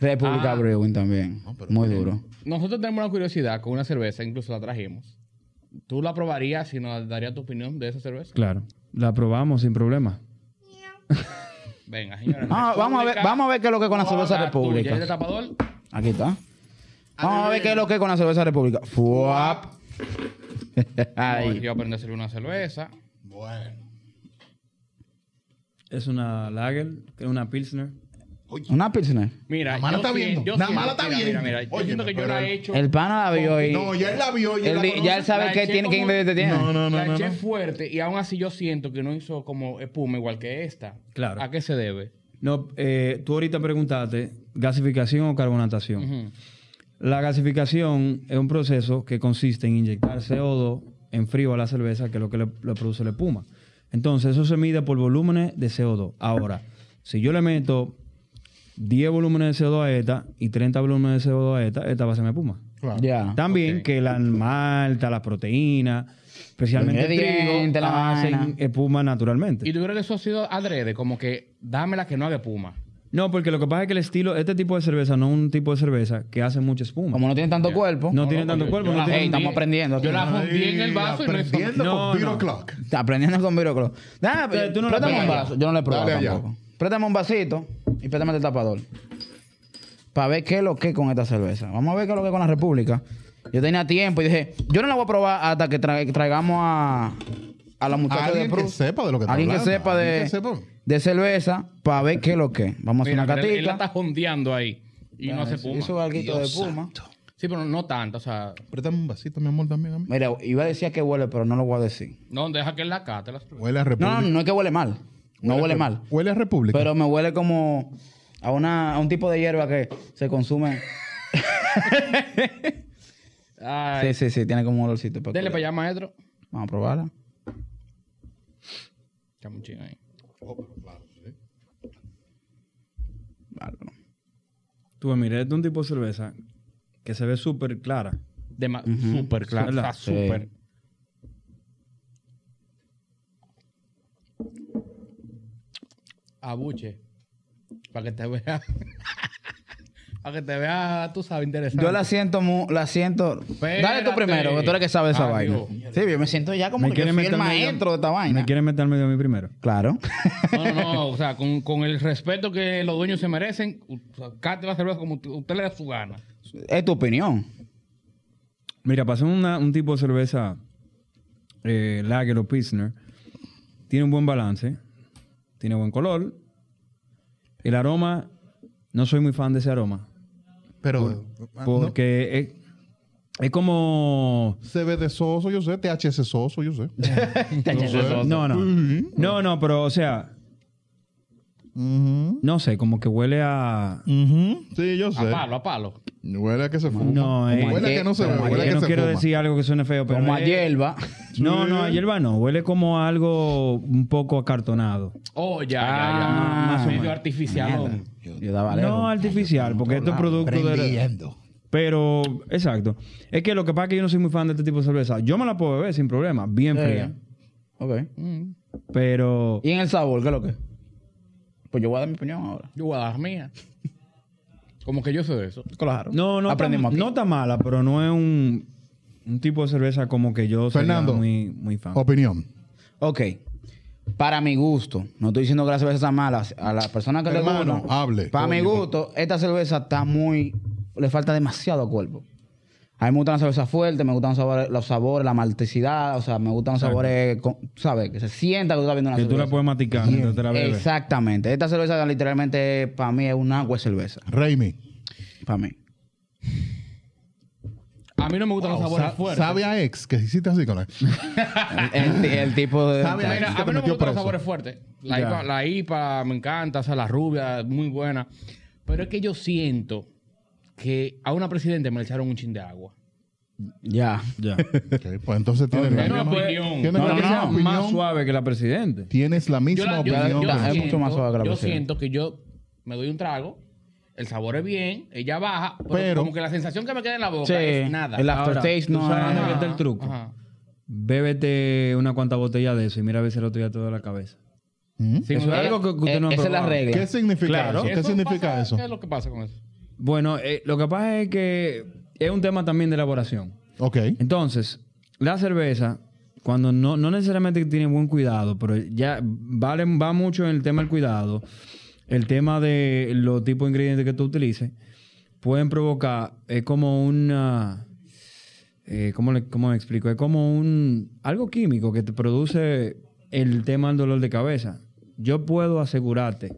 C: República Brewing también. Muy duro.
A: Nosotros tenemos una curiosidad con una cerveza, incluso la trajimos. ¿Tú la probarías y nos darías tu opinión de esa cerveza?
E: Claro, la probamos sin problema.
A: Venga, señora.
C: Ah, vamos a ver, vamos a ver qué es lo que es con la cerveza
A: ¿Ya de
C: República.
A: tapador?
C: Aquí está. Vamos a ver qué es lo que es con la cerveza República. Fuap.
A: Ay.
C: Ay.
A: Yo aprendí a hacer una cerveza.
D: Bueno.
E: Es una Lager, que es una Pilsner.
C: Una pilsner.
A: Mira,
D: La mala
A: yo
D: está
A: siento-
D: viendo.
A: yo
D: La
A: siento-
D: mala está
A: mira,
D: viendo.
A: Mira, mira, yo
D: Óyeme,
A: siento que yo
D: pero-
A: la he hecho.
C: El pana la vio y.
D: No, ya él la vio. Ya,
C: él
D: él la
C: di- ya él
D: conoce.
C: sabe
A: La
C: qué
A: eché
C: tiene, qué
A: como-
C: ingrediente tiene.
D: No, no,
A: la
D: no, no.
A: eché
D: no.
A: fuerte y aún así yo siento que no hizo como espuma igual que esta.
E: Claro.
A: ¿A qué se debe?
E: No, eh, tú ahorita preguntaste, ¿gasificación o carbonatación? La gasificación es un proceso que consiste en inyectar CO2 en frío a la cerveza, que es lo que le, le produce la espuma. Entonces, eso se mide por volúmenes de CO2. Ahora, si yo le meto 10 volúmenes de CO2 a esta y 30 volúmenes de CO2 a esta, esta va a ser mi espuma.
D: Claro.
C: Ya.
E: También que la malta, las proteínas, especialmente el
C: Ingrediente,
E: trigo,
C: la vaina.
E: hacen espuma naturalmente.
A: Y tú crees que eso ha sido adrede, como que dámela que no haga espuma.
E: No, porque lo que pasa es que el estilo, este tipo de cerveza no es un tipo de cerveza que hace mucha espuma.
C: Como no tiene tanto cuerpo.
E: No tiene tanto cuerpo.
A: yo
E: no
A: la-
E: tiene-
C: Ey, estamos aprendiendo.
A: Yo la
D: Ahí,
A: fundí en el vaso y no hizo-
D: aprendiendo
E: No,
D: con Beer
E: no.
D: O'Clock.
C: Está aprendiendo con Viroclo. Nah,
E: Pero tú no lo
C: préstame un
E: pruebas.
C: vaso. Yo no le he probado
D: Dale allá.
C: tampoco. Préstame un vasito y préstame el tapador. Para ver qué es lo que es con esta cerveza. Vamos a ver qué es lo que es con la República. Yo tenía tiempo y dije, yo no la voy a probar hasta que tra- traigamos a, a la muchacha de
D: Alguien que
C: Prus.
D: sepa de lo que está
C: Alguien que
D: hablando,
C: sepa
D: alguien
C: de,
D: que sepa.
C: de cerveza para ver qué es lo que es. Vamos a hacer
A: Mira,
C: una
A: él- él la
C: catita.
A: está jondeando ahí. Y no hace puma.
C: Hizo algo de puma.
A: Sí, pero no tanto. O sea,
D: Préstame un vasito, mi amor, también a mí.
C: Mira, iba a decir que huele, pero no lo voy a decir.
A: no, deja que él la cate. La...
D: Huele a
C: No,
D: República.
C: no, no es que huele mal. No huele mal.
D: Huele a República.
C: Pero me huele como a, una, a un tipo de hierba que se consume.
A: Ay,
C: Sí, sí, sí, tiene como un olorcito.
A: Dele para
C: peculiar.
A: allá, maestro.
C: Vamos a probarla.
A: Chamuchín ahí.
C: Bárbaro.
E: Tú ves, mira, este es un tipo de cerveza que se ve súper clara.
A: De ma- Súper claro.
E: Suela.
A: Está súper. Abuche. Para que te vea. para que te vea, tú sabes, interesante.
C: Yo la siento, mu- la siento. Dale tú
A: Espérate.
C: primero, que tú eres que sabes esa
A: Ay,
C: vaina.
A: Dios.
C: Sí, yo me siento ya como
E: Me
C: que yo
E: quiere
C: soy el
E: meter medio-
C: maestro de esta
E: ¿Me
C: vaina.
E: quieres meter medio a mí primero?
C: Claro.
A: No, no, no. O sea, con, con el respeto que los dueños se merecen, u- o sea, Cate va a servir como usted- usted le da su gana.
C: es tu opinión.
E: Mira, para hacer una- un tipo de cerveza eh, lager o pilsner, tiene un buen balance, tiene buen color. El aroma, no soy muy fan de ese aroma.
D: Pero,
C: Ah,
D: ah,
E: Porque es, es como...
D: se ve de soso, yo sé. THC soso, yo sé.
E: No, no. No, no, pero o sea,
D: Ujú,
E: no sé, como que huele a...
D: ujú. Sí, yo
A: A
D: sé.
A: palo, a palo.
D: Huele a que se fuma.
E: No, eh,
D: Huele a que no se ve.
E: como
D: Huele a
E: que
D: que
E: no
D: se
E: quiero
D: fuma.
E: decir algo que suene feo, pero...
C: Como a
E: es-
C: hierba.
E: No, no, a hierba no. Huele como a algo un poco acartonado.
A: Oh, ya, ya, ya.
C: más o
A: medio
E: menos.
A: artificial.
C: Yo daba
E: No
C: lejos.
E: artificial, porque esto es producto de...
D: Prendiendo.
E: Pero, exacto. Es que lo que pasa es que yo no soy muy fan de este tipo de cerveza. Yo me la puedo beber sin problema, bien
C: Sí.
E: fría.
C: Eh, Ok.
A: Mm.
E: Pero
C: ¿Y en el sabor qué es lo que? es? Pues yo voy a dar mi opinión ahora.
A: Yo voy a dar mía. Como que yo sé de eso.
C: Claro.
E: no, no,
C: Aprendimos
E: está,
C: aquí.
E: no está mala, pero no es un, un tipo de cerveza como que yo soy
D: Fernando.
E: muy, muy fan.
D: Opinión.
C: Ok. Para mi gusto, no estoy diciendo que la cerveza está mala. A las personas que le
D: Hermano,
C: gustan.
D: hable,
C: Para mi
D: coño.
C: gusto, esta cerveza está muy. Le falta demasiado cuerpo. A mí me gustan las cervezas fuertes, me gustan los sabores, los sabores, la maltecidad, o sea, me gustan los sabores, con- ¿sabes? Que se sienta que tú estás viendo una
E: Que tú
C: cerveza.
E: la puedes maticar mientras te la bebes.
C: Exactamente. Esta cerveza literalmente para mí es un agua de cerveza.
D: Raimi.
C: Para mí.
A: A mí no me
E: Oh,
A: gustan los sabores
D: Sa-
A: fuertes.
D: Sabe a ex que hiciste así con él.
C: El, el- el tipo de...
D: Sabe
A: Mira,
D: Sí que
A: a
D: te
A: mí no me gustan
D: metió
A: los
D: preso.
A: sabores fuertes. La IPA, la IPA me encanta, o sea, la rubia, muy buena. Pero es que yo siento que a una presidenta me le echaron un chin de agua.
C: Ya.
E: Ya.
D: Ok, pues entonces tienes la
A: Es mi
D: misma
A: opinión.
D: tienes
E: No,
D: la
E: no,
D: misma
E: no,
D: opinión.
E: más suave que la presidente.
D: Tienes la
A: Yo,
D: misma
A: la, yo,
D: opinión.
A: yo
C: Es mucho
A: siento,
C: más suave que la
A: yo
C: presidenta.
A: siento que yo me doy un trago, el sabor es bien, ella baja, pero,
D: Pero-
A: como que la sensación que me queda en la boca
C: Sí.
A: es nada.
C: El
E: Ahora,
C: aftertaste
E: ¿tú
C: no
E: sabes
C: es-
E: dónde está el truco?
A: Ajá.
E: Bébete una cuanta botella de eso y mira a ver si el otro día te da la cabeza.
D: ¿Mm?
A: Sin
E: Eso es
A: duda-
E: algo que usted
C: Eh,
E: no ha
C: Esa es la
E: probado.
C: regla.
D: ¿Qué significa
E: Claro.
D: eso? ¿Qué significa
A: pasa-
D: eso?
A: ¿Qué es lo que pasa con eso?
E: Bueno, eh, lo que pasa es que es un tema también de elaboración.
D: Ok.
E: Entonces, la cerveza, cuando no, no necesariamente tiene buen cuidado, pero ya vale, va mucho en el tema del cuidado, el tema de los tipos de ingredientes que tú utilices, pueden provocar, es como una... eh, ¿cómo, le- cómo me explico? Es como un... algo químico que te produce el tema del dolor de cabeza. Yo puedo asegurarte,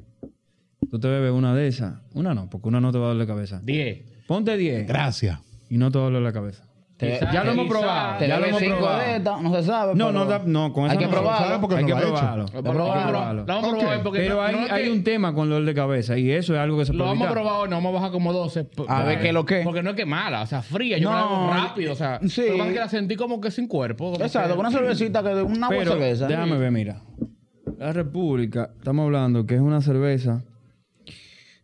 E: tú te bebes una de esas, una no, porque una no te va a doler la cabeza.
A: 10.
E: Ponte 10
D: Gracias.
E: y no te va a doler la cabeza.
C: Te-
A: Quizá-
E: Ya lo hemos
A: quizá-
E: probado.
C: Te
E: Ya lo
C: bebe
E: hemos
C: cinco
E: probado.
C: de estas, no se sabe.
E: No,
C: pero
E: no, da- no, con eso
C: Hay que
E: no se
C: probarlo.
D: sabe porque
E: hay
D: no
E: que
D: lo ha hecho.
E: probarlo.
A: Lo vamos a probar, lo vamos a probar hoy porque
E: Pero
A: no-
E: hay,
A: no es
E: hay
A: que-
E: un tema con dolor de cabeza y eso es algo que se
A: Lo
E: puede
A: vamos a
E: evitar.
A: probar hoy, no vamos a bajar como 12. p-
C: A ver qué es lo que es.
A: Porque no es que mala, o sea, fría. Yo me la hago
C: No,
A: rápido, o sea.
C: sí.
A: Lo que pasa es que la sentí como que sin cuerpo. como
C: Exacto,
A: que-
C: con una cervecita que una buena
E: Pero
C: cerveza.
E: déjame ver, mira. La República, estamos hablando que es una cerveza.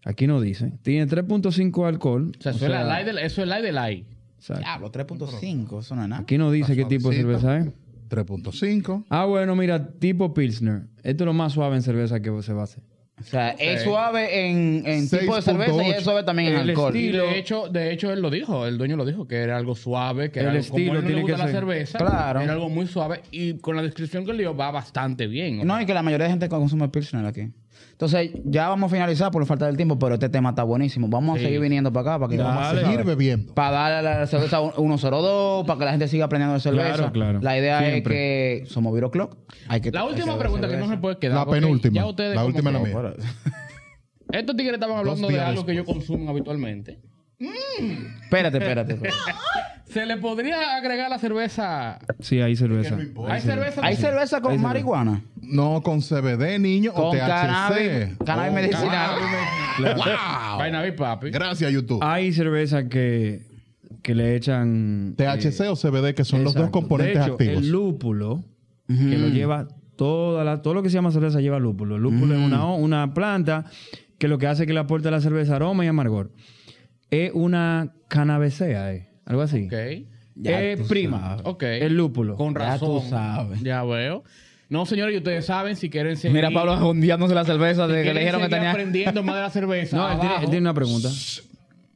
E: Aquí no dice. Tiene 3.5 alcohol.
A: O sea,
E: o
A: eso es la
E: sea,
A: light del- eso es light del Ah, light.
E: exacto.
C: Diablo, 3.5, eso no es nada.
E: Aquí no dice qué tipo de
D: suavecita.
E: cerveza es.
D: 3.5.
E: Ah, bueno, mira, tipo Pilsner. Esto es lo más suave en cerveza que se va a hacer.
C: O sea, es suave en, en tipo de cerveza y es
D: 6.8.
C: suave también en
E: El
C: alcohol.
A: Y
E: estilo-
A: de hecho, de hecho, él lo dijo, el dueño lo dijo, que era algo suave, que era
E: El
A: algo,
E: estilo
A: como a él no
E: tiene
A: le gusta
E: que
A: la
E: ser.
A: cerveza,
C: Claro.
A: era algo muy suave y con la descripción que le dio va bastante bien. o
C: No, y que la mayoría de gente consume Pilsner aquí. Entonces, ya vamos a finalizar por falta del tiempo, pero este tema está buenísimo. Vamos a seguir viniendo para acá para que
D: Vamos a seguir bebiendo.
C: Para darle a la cerveza un- 102, para que la gente siga aprendiendo de cerveza.
E: Claro, claro.
C: La idea
E: Siempre.
C: es que somos Viroclock. Hay que
A: La
C: hay que
A: última
C: beber
A: pregunta que no
C: cerveza.
A: se puede quedar.
D: La
A: porque
D: penúltima.
A: ya ustedes
D: La
A: como
D: última es la
A: que-
D: mía.
A: Estos tigres estaban hablando de
D: días
A: algo que yo consumo habitualmente.
C: Espérate, espérate. espérate.
A: ¿Se le podría agregar la cerveza?
E: Sí, hay cerveza.
A: ¿Hay cerveza?
C: ¿Hay cerveza con marihuana?
D: No con CBD, niño, o
C: Con
D: THC.
C: cannabis, cannabis
D: Oh,
C: medicinal. Ah,
D: ¡Wow!
A: Ah, Vaina vi, papi.
D: Gracias, YouTube.
E: Hay cerveza que, que le echan...
D: THC o CBD, que son los dos
E: Exacto.
D: componentes
E: de hecho,
D: activos.
E: El lúpulo, que lo lleva toda la, todo lo que se llama cerveza lleva lúpulo. El lúpulo es una, o- una planta que lo que hace es que le aporta a la cerveza aroma y amargor. Es una canabecea, eh, algo así.
A: Ok.
C: Ya
E: es
C: tú
E: prima.
A: Ok.
E: El lúpulo.
A: Con
C: Ya
A: razón.
C: tú sabes.
A: Ya veo. No, señores, y ustedes saben si quieren seguir.
C: Mira, Pablo jondeándose la cerveza desde que
A: quieren
C: le dijeron que
A: seguir
C: tenía.
A: aprendiendo más de la cerveza.
E: no, él tiene, él
A: abajo.
E: tiene una pregunta.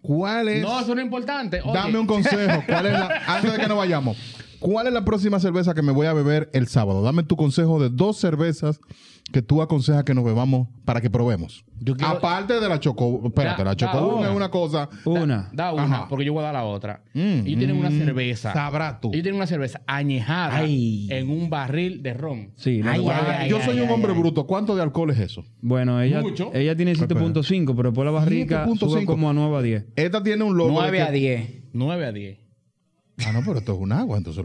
D: ¿Cuál es?
A: No, eso no es importante. Oye,
D: Dame un consejo. ¿Cuál es la- antes de que nos vayamos, ¿cuál es la próxima cerveza que me voy a beber el sábado? Dame tu consejo de dos cervezas que tú aconsejas que nos bebamos para que probemos.
A: Yo quiero-
D: Aparte de la Choco. Espérate,
A: Da-
D: la Choco
A: da
D: Boom
A: una.
D: es una cosa.
E: Una.
A: Da una,
D: Ajá.
A: porque yo voy a dar la otra.
D: Mm.
A: Ellos tienen una cerveza.
D: Sabrá tú.
A: Ellos tienen una cerveza añejada
C: Ay.
A: en un barril de ron.
E: Sí, la
C: Ay,
E: igual.
D: Para-
C: ay,
D: yo
C: ay,
D: soy un
C: ay,
D: hombre
C: ay.
D: bruto. ¿Cuánto de alcohol es eso?
E: Bueno, ella,
A: Mucho.
E: ella tiene 7.5, pero después la barrica sube
D: 7.5.
E: como a 9 a 10.
D: Esta tiene un logo.
C: 9
D: de
C: a
D: que-
C: 10.
A: 9 a 10.
D: Ah, no, pero esto es un agua, entonces.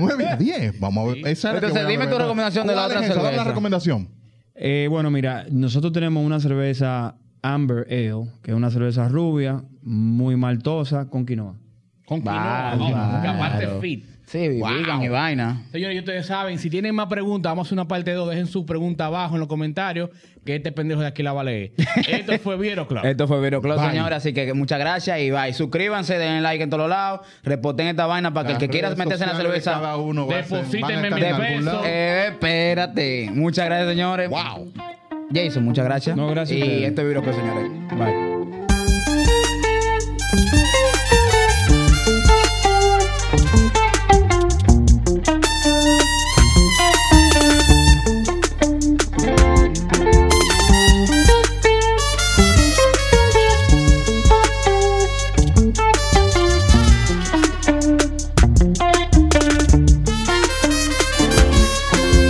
D: 9 a 10. Vamos a ver. Esa es la que
C: Entonces,
D: voy a
C: dime tu
D: beber.
C: recomendación de la
D: ¿Cuál
C: otra
D: es esa? Dame
C: cerveza.
D: la recomendación.
E: Eh, bueno, mira, nosotros tenemos una cerveza Amber Ale, que es una cerveza rubia, muy maltosa, con quinoa.
A: Con quinoa.
C: Claro.
A: no, porque aparte fit.
C: Sí, vegan y vaina.
A: Señores, y ustedes saben, si tienen más preguntas, vamos a hacer una parte 2. Dejen su pregunta abajo en los comentarios, que este pendejo de aquí la va a leer. Esto fue Viero Club.
C: Esto fue Viroclub,
D: Bye.
C: señores. Así que muchas gracias y bye. Suscríbanse, den like en todos lados. Reporten esta vaina para que el que quiera meterse en la cerveza.
A: Deposítenme
D: mi
A: mis pesos. lado.
C: Eh, espérate. Muchas gracias, señores. Wow. Jason, muchas gracias.
E: No, gracias a
C: Y
E: ustedes.
C: esto es Viroclub, señores. Bye.